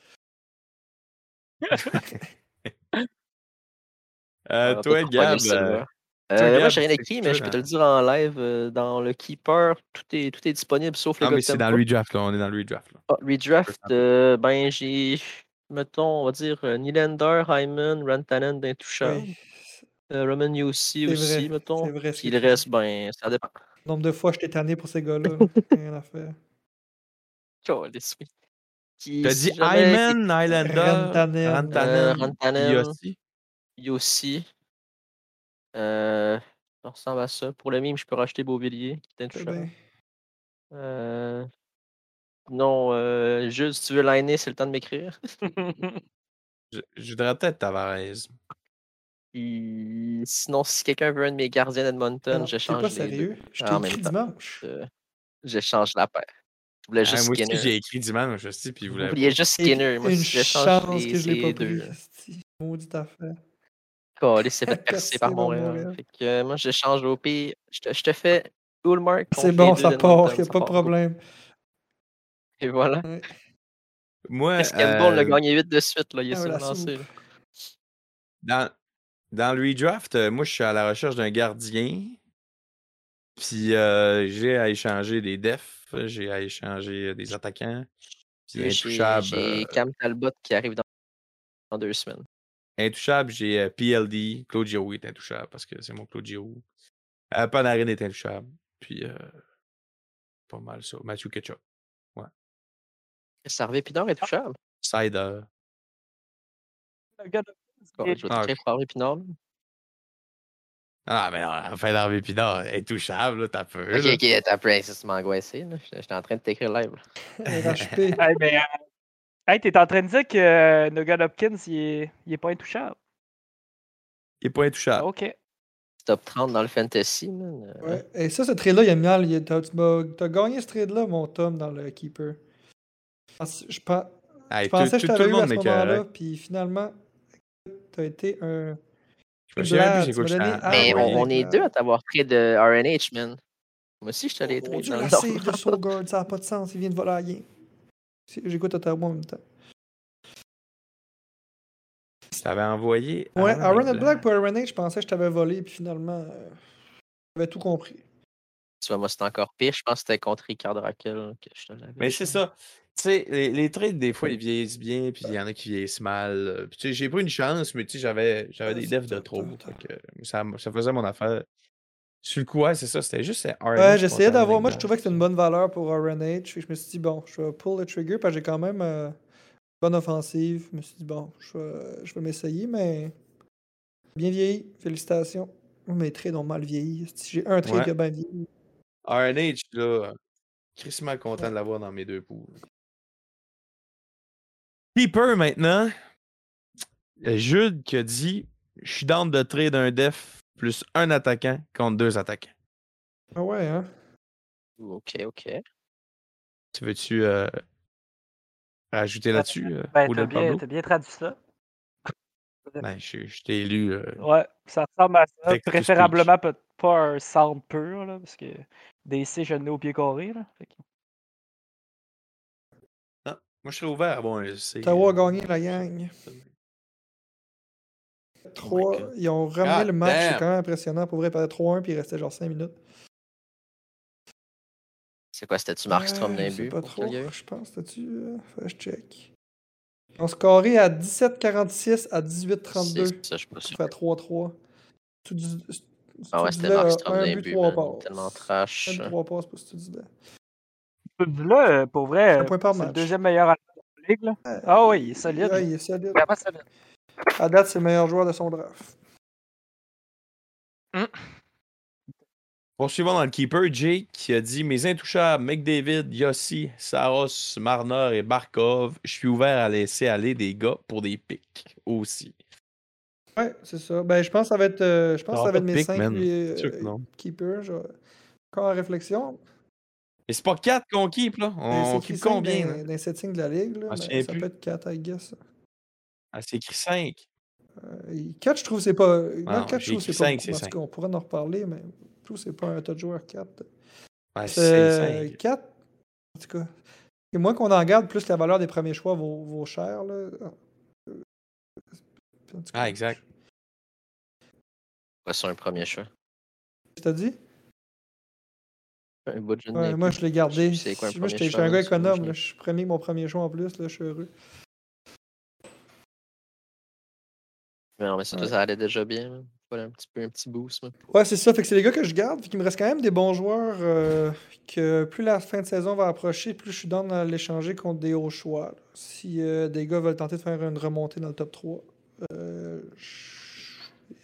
Speaker 2: Euh,
Speaker 1: On va
Speaker 2: toi,
Speaker 1: peut-être Ah, pas
Speaker 2: Gab,
Speaker 1: gagner ça,
Speaker 2: euh,
Speaker 1: là. Euh,
Speaker 2: Gab,
Speaker 1: moi, j'ai rien
Speaker 2: c'est
Speaker 1: écrit, mais je
Speaker 2: sûr,
Speaker 1: peux te
Speaker 2: hein.
Speaker 1: le dire en live. euh, dans le Keeper, tout est, tout est disponible sauf le
Speaker 2: non,
Speaker 1: gars
Speaker 2: Ah, mais
Speaker 1: que
Speaker 2: c'est
Speaker 1: t'aimes
Speaker 2: dans
Speaker 1: pas.
Speaker 2: le redraft, là. On est dans le redraft, là.
Speaker 1: Ah, redraft, euh, ben j'ai, mettons, on va dire euh, Nylander, Hyman, Rantanen, d'intouchable.
Speaker 3: Oui,
Speaker 1: Euh, Roman Yossi
Speaker 3: C'est
Speaker 1: aussi,
Speaker 3: vrai, c'est
Speaker 1: mettons.
Speaker 3: vrai. ce
Speaker 1: Puis
Speaker 3: que
Speaker 1: le
Speaker 3: tu dis.
Speaker 1: reste, ben, ça dépend.
Speaker 3: Le Nombre de fois, je t'ai tanné pour ces gars-là. Rien à faire.
Speaker 1: Calisse, oui. Puis
Speaker 2: T'as
Speaker 1: si
Speaker 2: dit
Speaker 1: jamais-
Speaker 2: Hyman, Nylander,
Speaker 3: Rantanen,
Speaker 1: Euh,
Speaker 2: Rantanen,
Speaker 1: Rantanen,
Speaker 2: Yossi.
Speaker 1: Yossi. Euh, ça ressemble à ça. Pour le mime, je peux racheter Beauvillier, qui est
Speaker 3: Eh
Speaker 1: intouchable.
Speaker 3: ben,
Speaker 1: Euh, Non, euh, Jules, si tu veux l'année, c'est le temps de m'écrire.
Speaker 2: Je, je voudrais peut-être Tavares. Hein,
Speaker 1: Puis, sinon, si quelqu'un veut un de mes gardiens
Speaker 3: alors,
Speaker 1: d'Edmonton, je
Speaker 3: T'es pas
Speaker 1: change les deux.
Speaker 3: sérieux? Je
Speaker 1: Ah, en
Speaker 3: t'ai
Speaker 1: même
Speaker 3: écrit
Speaker 1: temps.
Speaker 3: dimanche.
Speaker 1: Euh, Je change la paire. Je voulais
Speaker 2: Ah,
Speaker 1: juste
Speaker 2: moi aussi,
Speaker 1: Skinner.
Speaker 2: j'ai écrit dimanche aussi, puis vous
Speaker 1: Il
Speaker 2: l'avez.
Speaker 1: y a juste
Speaker 3: Et-
Speaker 1: Skinner. Moi,
Speaker 3: une
Speaker 1: si je
Speaker 3: chance
Speaker 1: change les,
Speaker 3: que je l'ai
Speaker 1: les
Speaker 3: pas
Speaker 1: deux.
Speaker 3: pris.
Speaker 1: là.
Speaker 3: esti. Maudite affaire.
Speaker 1: Calé, c'est fait
Speaker 3: Percé
Speaker 1: percer par
Speaker 3: par
Speaker 1: Montréal.
Speaker 3: Montréal.
Speaker 1: Fait que euh, moi, je change au pire. Je te, je te fais Ulmark.
Speaker 3: C'est bon, ça part. Il a pas de problème. Euh,
Speaker 1: Et voilà.
Speaker 2: Moi,
Speaker 1: Chris Campbell l'a
Speaker 2: euh,
Speaker 1: gagné 8 de suite. Là. Il est
Speaker 3: Ah,
Speaker 1: sur le
Speaker 3: la
Speaker 1: lancer.
Speaker 3: soupe.
Speaker 1: là.
Speaker 2: dans, dans le redraft, euh, moi, je suis à la recherche d'un gardien. Puis euh, j'ai à échanger des defs, j'ai à échanger euh, des attaquants. Puis
Speaker 1: J'ai-
Speaker 2: intouchable,
Speaker 1: J'ai Cam Talbot qui arrive dans, dans deux semaines.
Speaker 2: euh, intouchable, j'ai euh, PLD. Claude Giroux est intouchable parce que c'est mon Claude Giroux. Euh, Panarin est intouchable. Puis euh, pas mal ça. Mathieu Ketchup.
Speaker 1: Sarvé Pinard est
Speaker 3: Ah,
Speaker 1: touchable.
Speaker 2: Sider.
Speaker 4: Le gars de-
Speaker 1: Calé, je vais
Speaker 2: Ah,
Speaker 1: t'écrire Sarvé Pinard.
Speaker 2: Ah, mais non, enfin, Harvey Pinard, intouchable, là, t'as peu.
Speaker 1: Ok,
Speaker 2: là.
Speaker 1: ok, t'as pris, ça m'a angoissé. là. J'étais j'étais en train de t'écrire live. là.
Speaker 3: RHP.
Speaker 4: Hey, mais, euh, hey, t'es en train de dire que euh, Nugget Hopkins, il est, il est pas intouchable.
Speaker 2: Il est pas
Speaker 3: Ah
Speaker 2: intouchable.
Speaker 4: Ok.
Speaker 1: Top 30 dans le fantasy. man. Euh,
Speaker 3: Ouais. Et ça, ce trade-là, il aime bien. il- T'as tu m'as- t'as gagné ce trade-là, mon Tom, dans le Keeper. Je pense- Je, pen-
Speaker 2: Hey,
Speaker 3: je
Speaker 2: tout-
Speaker 3: pensais que
Speaker 2: tout-
Speaker 3: je
Speaker 2: tout
Speaker 3: t'avais
Speaker 2: le
Speaker 3: eu à
Speaker 2: monde
Speaker 3: ce
Speaker 2: m'écoeure,
Speaker 3: moment-là,
Speaker 2: hein.
Speaker 3: puis finalement, t'as été un.
Speaker 2: Je me souviens plus,
Speaker 3: Blatt,
Speaker 2: c'est
Speaker 3: tu
Speaker 2: quoi que
Speaker 3: m'as
Speaker 2: j'étais
Speaker 3: donné
Speaker 2: en-
Speaker 1: Mais
Speaker 2: envoyé.
Speaker 3: Ah, ouais.
Speaker 1: Ben, on, on est
Speaker 3: Euh,
Speaker 1: deux à t'avoir pris de RNH, man. Moi aussi, je te l'ai
Speaker 3: Oh
Speaker 1: pris
Speaker 3: mon Dieu,
Speaker 1: dans le
Speaker 3: la
Speaker 1: Nord.
Speaker 3: save de Sogard, ça n'a pas de sens, il vient de voler à rien. Si- J'écoute Ottawa en même temps.
Speaker 2: Je t'avais envoyé.
Speaker 3: Ouais,
Speaker 2: Aaron
Speaker 3: Aaron
Speaker 2: Eckblad.
Speaker 3: Black pour René, je pensais que je t'avais volé, puis finalement, euh, j'avais tout compris.
Speaker 1: Tu vois, moi, c'était encore pire. Je pense que c'était contre Ricardo Raquel que je te l'avais.
Speaker 2: Mais c'est ça. Tu sais, les, les trades, des fois, ils vieillissent bien, puis il y en a qui vieillissent mal. euh, Puis, tu sais, j'ai pas une chance, mais tu sais, j'avais, j'avais des
Speaker 3: Attends,
Speaker 2: devs de trop.
Speaker 3: attends,
Speaker 2: fait que ça, m- ça faisait mon affaire. Sur le coup, ouais, c'est ça. C'était juste. euh, RNH
Speaker 3: Ouais,
Speaker 2: contre
Speaker 3: j'essayais
Speaker 2: Aaron
Speaker 3: d'avoir. Moi, je
Speaker 2: Eckblad.
Speaker 3: trouvais que c'était une bonne valeur pour RNH. Fait que je me suis dit, bon, je vais pull le trigger parce que j'ai quand même euh, une bonne offensive. Je me suis dit, bon, je vais, je vais m'essayer, mais bien vieilli. Félicitations. Mes traits ont mal vieilli. Si J'ai un trait
Speaker 2: Ouais.
Speaker 3: qui a bien vieilli.
Speaker 2: RNH, là, crissement content de l'avoir dans mes deux poules. Keeper maintenant. Euh, Jude qui a dit Je suis down de trade un def plus un attaquant contre deux attaquants.
Speaker 3: Ah ouais, hein?
Speaker 1: Ok, ok.
Speaker 2: Tu veux-tu euh, rajouter là-dessus euh,
Speaker 4: Ben,
Speaker 2: au-delà
Speaker 4: t'as
Speaker 2: de
Speaker 4: bien,
Speaker 2: Pablo?
Speaker 4: t'as bien traduit ça.
Speaker 2: Ben, je, je t'ai lu. euh,
Speaker 4: Ouais, ça ressemble à ça.
Speaker 2: Text to speech.
Speaker 4: Préférablement peut- pas un sound pur, là, parce que DC, je le mets au pied carré. Là, Fait que-
Speaker 2: Moi, je serais ouvert à bon, je sais.
Speaker 3: Ottawa a
Speaker 2: euh,
Speaker 3: gagné la gang. Trois,
Speaker 2: God.
Speaker 3: ils ont ramené
Speaker 2: God
Speaker 3: le match, c'est
Speaker 2: damn.
Speaker 3: quand même impressionnant. Pour vrai, ils perdaient 3-1 puis il restait genre 5 minutes.
Speaker 1: C'est quoi, c'était-tu Markstrom
Speaker 3: Euh,
Speaker 1: d'un
Speaker 3: je sais
Speaker 1: but?
Speaker 3: pas
Speaker 1: pour
Speaker 3: trop,
Speaker 1: qu'il y ait eu?
Speaker 3: je pense. T'as-tu. euh, faut que je check. Ils ont scoré à 17-46 à 18-32.
Speaker 1: C'est Ça, je suis pas sûr.
Speaker 3: Ça fait 3-3. Tu dis. tu
Speaker 1: Ah ouais,
Speaker 3: dis
Speaker 1: c'était
Speaker 3: là,
Speaker 1: Markstrom
Speaker 3: euh, un
Speaker 1: d'un
Speaker 3: but,
Speaker 1: but.
Speaker 3: trois
Speaker 1: man.
Speaker 3: passes.
Speaker 1: Tellement
Speaker 3: Un
Speaker 1: trash. hein.
Speaker 3: but, trois passes pour ce que tu dis là.
Speaker 4: Ce but-là, euh, pour vrai,
Speaker 3: Un
Speaker 4: euh,
Speaker 3: point par
Speaker 4: c'est le
Speaker 3: match.
Speaker 4: deuxième meilleur attaquant de la ligue. Là. Ah oui, il est solide.
Speaker 3: Ouais, il est solide.
Speaker 4: Vraiment solide.
Speaker 3: À date, c'est le meilleur joueur de son draft.
Speaker 2: Poursuivons dans le keeper, Jake qui a dit Mes intouchables, McDavid, Yossi, Saros, Marner et Barkov, je suis ouvert à laisser aller des gars pour des pics aussi.
Speaker 3: Ouais, c'est ça. Ben, je pense que ça va être, euh, je pense que
Speaker 2: T'auras
Speaker 3: ça va
Speaker 2: pas
Speaker 3: être
Speaker 2: de
Speaker 3: mes
Speaker 2: pick,
Speaker 3: 5
Speaker 2: man. C'est sûr que non.
Speaker 3: keepers. je- Encore en réflexion.
Speaker 2: Mais c'est pas 4 qu'on keep, là.
Speaker 3: Ben, c'est
Speaker 2: On
Speaker 3: écrit
Speaker 2: keep hein.
Speaker 3: cinq
Speaker 2: combien
Speaker 3: dans,
Speaker 2: là?
Speaker 3: dans les settings de la ligue, là,
Speaker 2: Ah,
Speaker 3: ben,
Speaker 2: je sais
Speaker 3: ça
Speaker 2: plus.
Speaker 3: peut être 4, I guess.
Speaker 2: Ah, C'est écrit 5.
Speaker 3: Euh, 4, je trouve, c'est pas. Non,
Speaker 2: non,
Speaker 3: 4, je
Speaker 2: Ah, j'ai
Speaker 3: trouve,
Speaker 2: écrit
Speaker 3: c'est pas.
Speaker 2: cinq,
Speaker 3: beaucoup.
Speaker 2: c'est
Speaker 3: En tout
Speaker 2: cinq.
Speaker 3: cas, on pourrait en reparler, mais je trouve, que c'est pas un top joueur 4.
Speaker 2: Ouais, Ah, c'est
Speaker 3: Euh,
Speaker 2: 5.
Speaker 3: 4, en tout cas. Et moins qu'on en garde, plus la valeur des premiers choix vaut, vaut cher. Là. Euh, en tout cas,
Speaker 2: Ah, exact.
Speaker 1: Ouais, c'est un premier choix.
Speaker 3: Je t'ai dit?
Speaker 1: Un bout de jeune
Speaker 3: Ouais, moi, je l'ai gardé.
Speaker 1: Je sais quoi, un
Speaker 3: moi,
Speaker 1: premier
Speaker 3: j'étais- j'étais un
Speaker 1: choix,
Speaker 3: gars
Speaker 1: c'est quoi,
Speaker 3: économe.
Speaker 1: je-
Speaker 3: là. Je suis premier que mon premier choix en plus. Là, je suis heureux.
Speaker 1: Mais non, mais ça,
Speaker 3: Ouais.
Speaker 1: ça allait déjà bien. là. Voilà, un petit peu un petit boost. là.
Speaker 3: Ouais, c'est ça. Fait que c'est les gars que je garde. Fait qu'il me reste quand même des bons joueurs euh, que plus la fin de saison va approcher, plus je suis dans à l'échanger contre des hauts choix. là. Si euh, des gars veulent tenter de faire une remontée dans le top 3, euh, je-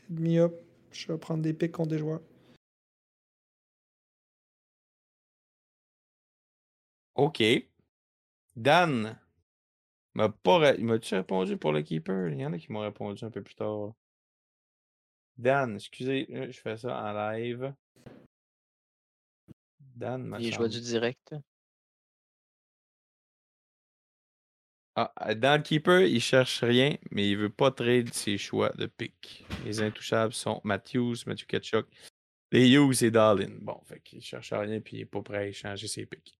Speaker 3: me-up, je vais prendre des pics contre des joueurs.
Speaker 2: OK. Dan m'a pas ré- m'a-tu répondu pour le keeper? Il y en a qui m'ont répondu un peu plus tard. Dan, excusez, euh, je fais ça en live. Dan m'a
Speaker 1: Les
Speaker 2: semble-
Speaker 1: joueurs du direct.
Speaker 2: Ah, euh, dans le keeper, il cherche rien, mais il veut pas trade ses choix de pick. Les intouchables sont Matthews, Matthew Ketchuk, les Hughes et Darlin. Bon, fait qu'il cherche rien puis il est pas prêt à échanger ses picks.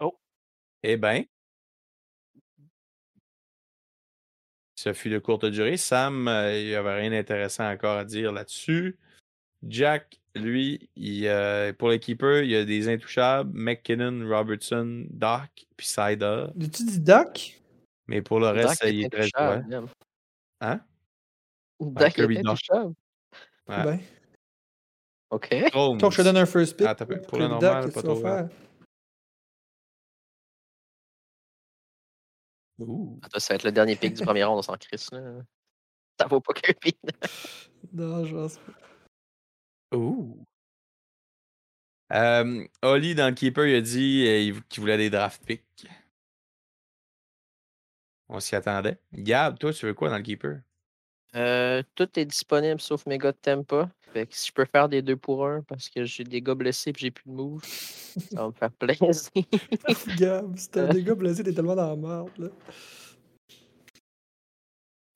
Speaker 4: Oh.
Speaker 2: Eh ben. Ce fut de courte durée. Sam, euh, il n'y avait rien d'intéressant encore à dire là-dessus. Jack, lui, il, euh, pour le keeper, il y a des intouchables McKinnon, Robertson, Doc, puis Sider.
Speaker 3: As-tu dit Doc
Speaker 2: Mais pour le reste, il est très jouable. Hein?
Speaker 1: Dak
Speaker 2: Kirby
Speaker 1: est
Speaker 2: Doc.
Speaker 1: intouchable.
Speaker 2: Ouais.
Speaker 3: Ben,
Speaker 1: OK.
Speaker 2: Cromes.
Speaker 3: donc je te donne un first pick.
Speaker 2: Ah, t'as peu. Pour
Speaker 3: le
Speaker 2: le
Speaker 3: Doc,
Speaker 2: normal,
Speaker 3: qu'est-ce
Speaker 2: pas
Speaker 3: que tu vas
Speaker 2: trop, hein.
Speaker 3: faire?
Speaker 2: là. Ouh.
Speaker 1: Attends, ça va être le dernier pick du premier round, on s'en crisse. Là. Ça vaut pas Kirby.
Speaker 3: Non, je pense pas.
Speaker 2: Ouh. Euh, Oli, dans le Keeper, il a dit euh, il- qu'il voulait des draft picks. On s'y attendait. Gab, toi, tu veux quoi dans le Keeper?
Speaker 1: Euh, tout est disponible sauf mes gars de Tempa. Fait que si je peux faire des deux pour un parce que j'ai des gars blessés et j'ai plus de move, ça va me faire plaisir.
Speaker 3: Gab, c'est un des gars blessé, t'es tellement dans la merde. Là.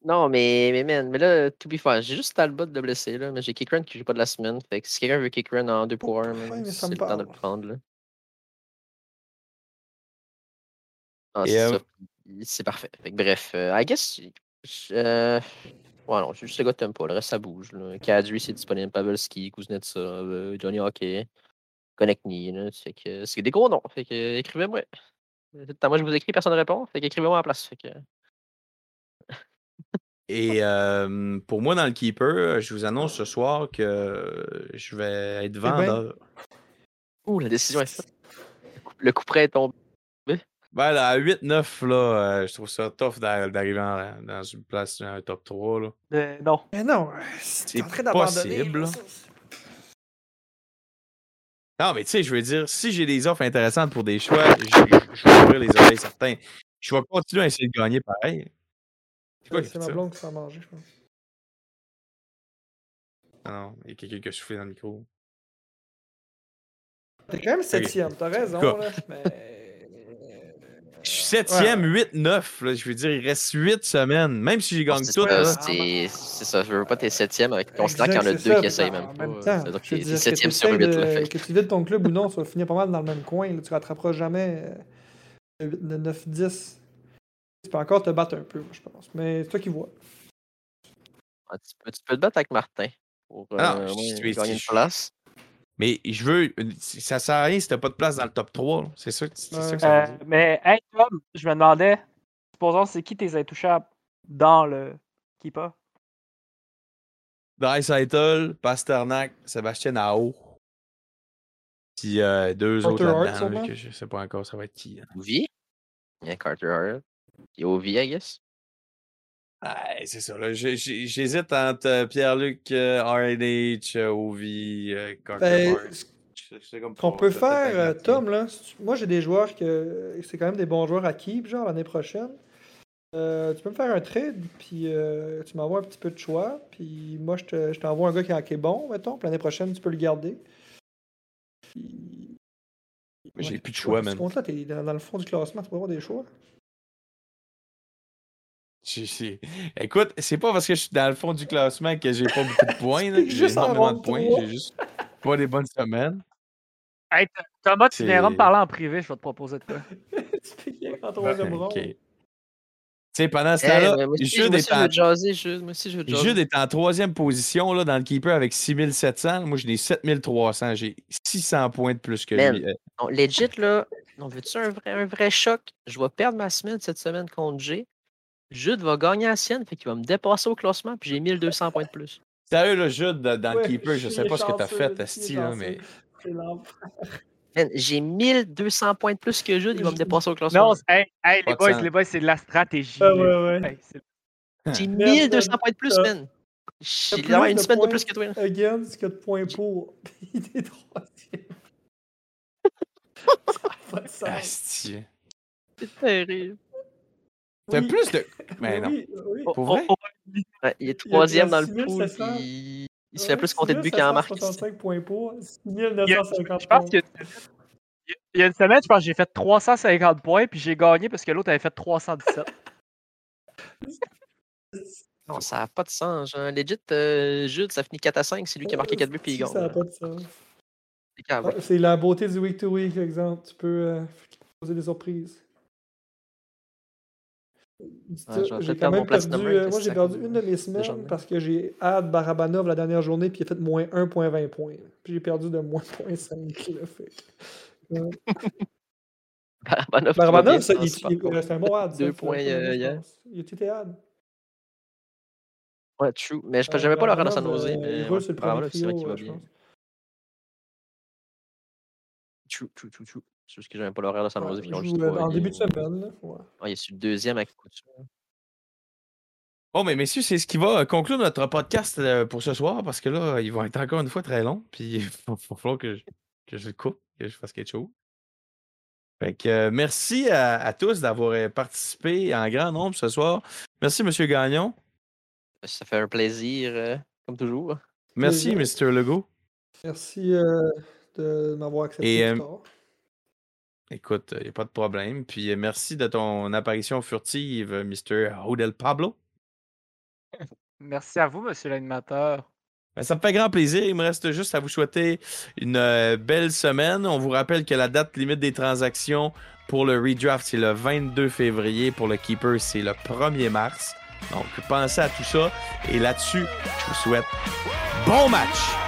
Speaker 1: Non, mais, mais man, mais là, to be fair, j'ai juste Talbot de blessé, là, mais j'ai Kikran qui joue pas de la semaine. Fait que si quelqu'un veut Kikran en 2 pour 1,
Speaker 3: Ouais, mais
Speaker 1: c'est
Speaker 3: ça me
Speaker 1: le temps de le
Speaker 3: parle.
Speaker 1: prendre, là. Ah,
Speaker 2: Et,
Speaker 1: c'est
Speaker 2: euh,
Speaker 1: ça. Puis C'est parfait. Fait que bref, euh, I guess. je- Euh... Ouais, non, j'ai juste le gars de Tempo, le reste, ça bouge, là. Kadri, c'est disponible. Pavelski, Kuznetsov, euh, Johnny Hockey, Konechny, là. Fait que c'est des gros noms. Fait que euh, écrivez-moi. Euh, tout le temps, Moi, je vous écris, personne ne répond. Fait que écrivez-moi à la place. Fait que.
Speaker 2: Et euh, pour moi, dans le Keeper, je vous annonce ce soir que je vais être
Speaker 3: ben.
Speaker 2: vendeur.
Speaker 1: Ouh, la décision est faite. Le coup- Le coup près est tombé.
Speaker 2: Ben, là, à 8-9, là, euh, je trouve ça tough d'ar- d'arriver en- dans une place, un top 3. Là.
Speaker 4: Euh, non.
Speaker 3: Mais non,
Speaker 2: C'est
Speaker 3: c'est en train d'abandonner.
Speaker 2: possible,
Speaker 3: là,
Speaker 2: là.
Speaker 3: ça.
Speaker 2: Non, mais tu sais, je veux dire, si j'ai des offres intéressantes pour des choix, je, je- je vais ouvrir les oreilles certains. Je vais continuer à essayer de gagner pareil. C'est quoi qui
Speaker 3: C'est
Speaker 2: fait
Speaker 3: ma
Speaker 2: ça?
Speaker 3: blonde qui s'en manger, je pense.
Speaker 2: Ah Non, il y a quelqu'un qui a soufflé dans le micro.
Speaker 3: T'es quand même septième, t'as raison,
Speaker 2: Quoi?
Speaker 3: là, mais...
Speaker 2: Je suis septième, 8-9. là, Je veux dire, il reste 8 semaines. Même si j'ai
Speaker 1: Non,
Speaker 2: gagné
Speaker 1: Ah, c'est
Speaker 2: tout,
Speaker 1: ça,
Speaker 2: là,
Speaker 3: euh,
Speaker 1: C'est c'est ça, je veux pas t'es septième avec
Speaker 3: Considère
Speaker 1: considérant qu'il y en a deux qui essayent même pas. euh,
Speaker 3: Temps,
Speaker 1: C'est-à-dire
Speaker 3: je veux
Speaker 1: que
Speaker 3: dire,
Speaker 1: t'es septième
Speaker 3: que
Speaker 1: sur
Speaker 3: t'essayes
Speaker 1: huit, là.
Speaker 3: de-
Speaker 1: fait que-
Speaker 3: Que tu vides ton club ou non, tu vas finir pas mal dans le même coin. là, tu rattraperas jamais euh, le 9-10. Tu peux encore te battre un peu, moi, je pense. Mais c'est toi qui vois.
Speaker 1: Ah, tu, peux, tu peux te battre avec Martin pour euh,
Speaker 2: Ah non, je suis
Speaker 1: au moins
Speaker 2: situé ici,
Speaker 1: gagner
Speaker 2: je
Speaker 1: une
Speaker 2: suis-
Speaker 1: place.
Speaker 2: Mais je veux. Ça sert à rien si t'as pas de place dans le top 3. là. C'est ça, que- c'est ça
Speaker 3: Ouais.
Speaker 2: que ça
Speaker 4: Euh,
Speaker 2: veut dire.
Speaker 4: mais, hey, Tom, je me demandais, supposons, c'est qui tes intouchables dans le Keeper?
Speaker 2: Dreisaitl, Pasternak, Sébastien Ao. Puis euh, deux
Speaker 3: Carter
Speaker 2: autres
Speaker 3: Hart,
Speaker 2: là-dedans, là,
Speaker 3: sûrement.
Speaker 2: que je sais pas encore ça va être qui. hein. là.
Speaker 1: Ovi. Il y a Carter Hart. Il y a Ovi, I guess.
Speaker 2: Ouais, c'est ça. là. J'ai- j'ai- J'hésite entre euh, Pierre-Luc, euh, RNH, euh, Ovi, euh, Carter
Speaker 3: Ben,
Speaker 2: Hart.
Speaker 3: ce
Speaker 2: Je- je sais comme
Speaker 3: qu'on
Speaker 2: pas,
Speaker 3: peut
Speaker 2: je vais peut-être
Speaker 3: faire, euh,
Speaker 2: aggratter.
Speaker 3: Tom, là, si tu- moi j'ai des joueurs que c'est quand même des bons joueurs à keep, genre l'année prochaine. Euh, tu peux me faire un trade, puis euh, tu m'envoies un petit peu de choix, puis moi je te- je t'envoie un gars qui est- qui est bon, mettons, puis l'année prochaine tu peux le garder. Puis-
Speaker 2: Mais J'ai plus de
Speaker 3: Ouais,
Speaker 2: choix,
Speaker 3: puis
Speaker 2: man.
Speaker 3: Ce compte-là, t'es dans, dans le fond du classement, tu peux avoir des choix.
Speaker 2: J'ai- j'ai- Écoute, c'est pas parce que je suis dans le fond du classement que j'ai pas beaucoup de points. là.
Speaker 3: C'est
Speaker 2: J'ai
Speaker 3: juste en
Speaker 2: énormément de
Speaker 3: ronde
Speaker 2: points.
Speaker 3: trois.
Speaker 2: J'ai juste pas des bonnes semaines.
Speaker 4: Hey, Th- Thomas, tu
Speaker 2: C'est-
Speaker 4: viendras me parler en privé, je vais te proposer de quoi.
Speaker 3: tu piquais en troisième
Speaker 2: Ok.
Speaker 3: ronde.
Speaker 2: Tu sais, pendant ce
Speaker 1: Eh,
Speaker 2: temps-là,
Speaker 1: mais moi aussi,
Speaker 2: Jude
Speaker 1: moi
Speaker 2: est
Speaker 1: aussi, je
Speaker 2: en
Speaker 1: veux jaser, Jude. Moi aussi, je veux jaser.
Speaker 2: Jude est en troisième position là, dans le keeper avec 6700. Moi, j'ai des 7300. J'ai 600 points de plus que
Speaker 1: Man.
Speaker 2: lui. Euh,
Speaker 1: Non, legit, là, on veut-tu un vrai, un vrai choc? Je vais perdre ma semaine cette semaine contre G. Jude va gagner la sienne, fait qu'il va me dépasser au classement, puis j'ai 1200 points de plus.
Speaker 2: Sérieux, là, Jude, dans, dans
Speaker 3: Ouais,
Speaker 2: le keeper, je
Speaker 3: suis
Speaker 2: sais pas ce que t'as
Speaker 3: chanceux, je
Speaker 2: fait,
Speaker 3: suis
Speaker 2: Asti, là,
Speaker 3: chanceux.
Speaker 2: mais
Speaker 3: C'est l'enfer.
Speaker 1: Man, j'ai 1200 points de plus que Jude, il va me dépasser au classement.
Speaker 4: Non, c'est- hey, hey,
Speaker 2: Pas
Speaker 4: les
Speaker 2: de
Speaker 4: boys,
Speaker 2: sens.
Speaker 4: les boys, c'est de la stratégie.
Speaker 3: Ah
Speaker 4: là.
Speaker 3: ouais, ouais.
Speaker 4: Hey, c'est-
Speaker 1: j'ai
Speaker 3: Merde,
Speaker 1: 1200 points de plus,
Speaker 3: t'as-
Speaker 1: man. J'ai
Speaker 3: plus
Speaker 1: d'avoir
Speaker 3: de
Speaker 1: une semaine de
Speaker 3: points.
Speaker 1: plus que toi. là.
Speaker 3: Again, ce qu'il y a de points pour. Puis il est troisième. Ça a
Speaker 2: Ah,
Speaker 3: pas de sens.
Speaker 2: Asti.
Speaker 1: C'est terrible.
Speaker 2: T'as
Speaker 3: Oui,
Speaker 2: plus de. Mais non.
Speaker 3: oui, oui.
Speaker 2: Pour vrai?
Speaker 4: Oh,
Speaker 1: Ouais, il est
Speaker 3: Il a
Speaker 1: troisième dans le
Speaker 3: 6
Speaker 1: pool,
Speaker 3: 700.
Speaker 1: puis il se fait
Speaker 3: Ouais,
Speaker 1: plus compter de buts qu'il en marque.
Speaker 3: 665 points pour,
Speaker 4: oh, il y a- je
Speaker 3: 6950
Speaker 4: pense
Speaker 3: points.
Speaker 4: que- Il y a une semaine, je pense que j'ai fait 350 points, puis j'ai gagné parce que l'autre avait fait 317.
Speaker 1: Non, ça n'a pas de sens. Genre. Legit, euh, Jude, ça finit 4 à 5, c'est lui qui a marqué 4 buts, puis il
Speaker 3: Si, ça a
Speaker 1: gagne.
Speaker 3: pas de sens.
Speaker 1: C'est grave, ouais.
Speaker 3: C'est la beauté du week to week, exemple. Tu peux euh, poser des surprises.
Speaker 1: je vais peut-être
Speaker 3: j'ai quand
Speaker 1: perdre
Speaker 3: même
Speaker 1: mon platinum
Speaker 3: perdu.
Speaker 1: rank,
Speaker 3: euh, moi,
Speaker 1: qu'est-ce
Speaker 3: j'ai
Speaker 1: que ça
Speaker 3: perdu
Speaker 1: cause,
Speaker 3: une de mes
Speaker 1: journée?
Speaker 3: semaines parce que j'ai ad Barabanov la dernière journée puis il a fait moins 1.20 points. Puis j'ai perdu de moins 0.5. là, fait que-
Speaker 1: Barabanov, qui va bien
Speaker 3: Barabanov, ça,
Speaker 1: dans
Speaker 3: il,
Speaker 1: ce parcours.
Speaker 3: il- c'est un bon ad. ça,
Speaker 1: Deux
Speaker 3: c'est un
Speaker 1: points,
Speaker 3: bon ad,
Speaker 1: euh,
Speaker 3: je
Speaker 1: hier.
Speaker 3: pense. Il était ad.
Speaker 1: Ouais, true. Mais je
Speaker 3: Euh,
Speaker 1: pense jamais pas Laurent dans
Speaker 3: Barabanov,
Speaker 1: San Jose,
Speaker 3: euh,
Speaker 1: mais
Speaker 3: Il roule
Speaker 1: ouais,
Speaker 3: sur le
Speaker 1: Barabanov,
Speaker 3: premier
Speaker 1: c'est vrai qu'il
Speaker 3: trio,
Speaker 1: va
Speaker 3: euh, je
Speaker 1: bien.
Speaker 3: pense.
Speaker 1: True, true, true, true. C'est juste que j'aime pas l'horaire de San Jose.
Speaker 3: Ouais,
Speaker 1: puis ils ont
Speaker 3: il
Speaker 1: juste
Speaker 3: joue, euh,
Speaker 1: trois
Speaker 3: En début de
Speaker 1: games.
Speaker 3: semaine. là, ouais.
Speaker 1: Ah, il est sur le deuxième avec Couture.
Speaker 2: Bon, mais messieurs, c'est ce qui va euh, conclure notre podcast euh, pour ce soir parce que là, ils vont être encore une fois très longs. Puis il va va falloir que je, que je le coupe, que je fasse quelque chose. Fait que, euh, merci à, à tous d'avoir euh, participé en grand nombre ce soir. Merci, Monsieur Gagnon.
Speaker 1: Ça fait un plaisir, euh, comme toujours.
Speaker 2: Merci, Mr. Legault.
Speaker 3: Merci euh, de m'avoir accepté.
Speaker 2: Et,
Speaker 3: plus
Speaker 2: euh,
Speaker 3: tard.
Speaker 2: Écoute, il n'y a pas de problème. Puis euh, merci de ton apparition furtive, euh, Mr. Odel Pablo.
Speaker 4: Merci à vous, monsieur l'animateur.
Speaker 2: Ben, ça me fait grand plaisir. Il me reste juste à vous souhaiter une euh, belle semaine. On vous rappelle que la date limite des transactions pour le redraft, c'est le 22 février. Pour le keeper, c'est le 1er mars. Donc, pensez à tout ça. Et là-dessus, je vous souhaite bon match!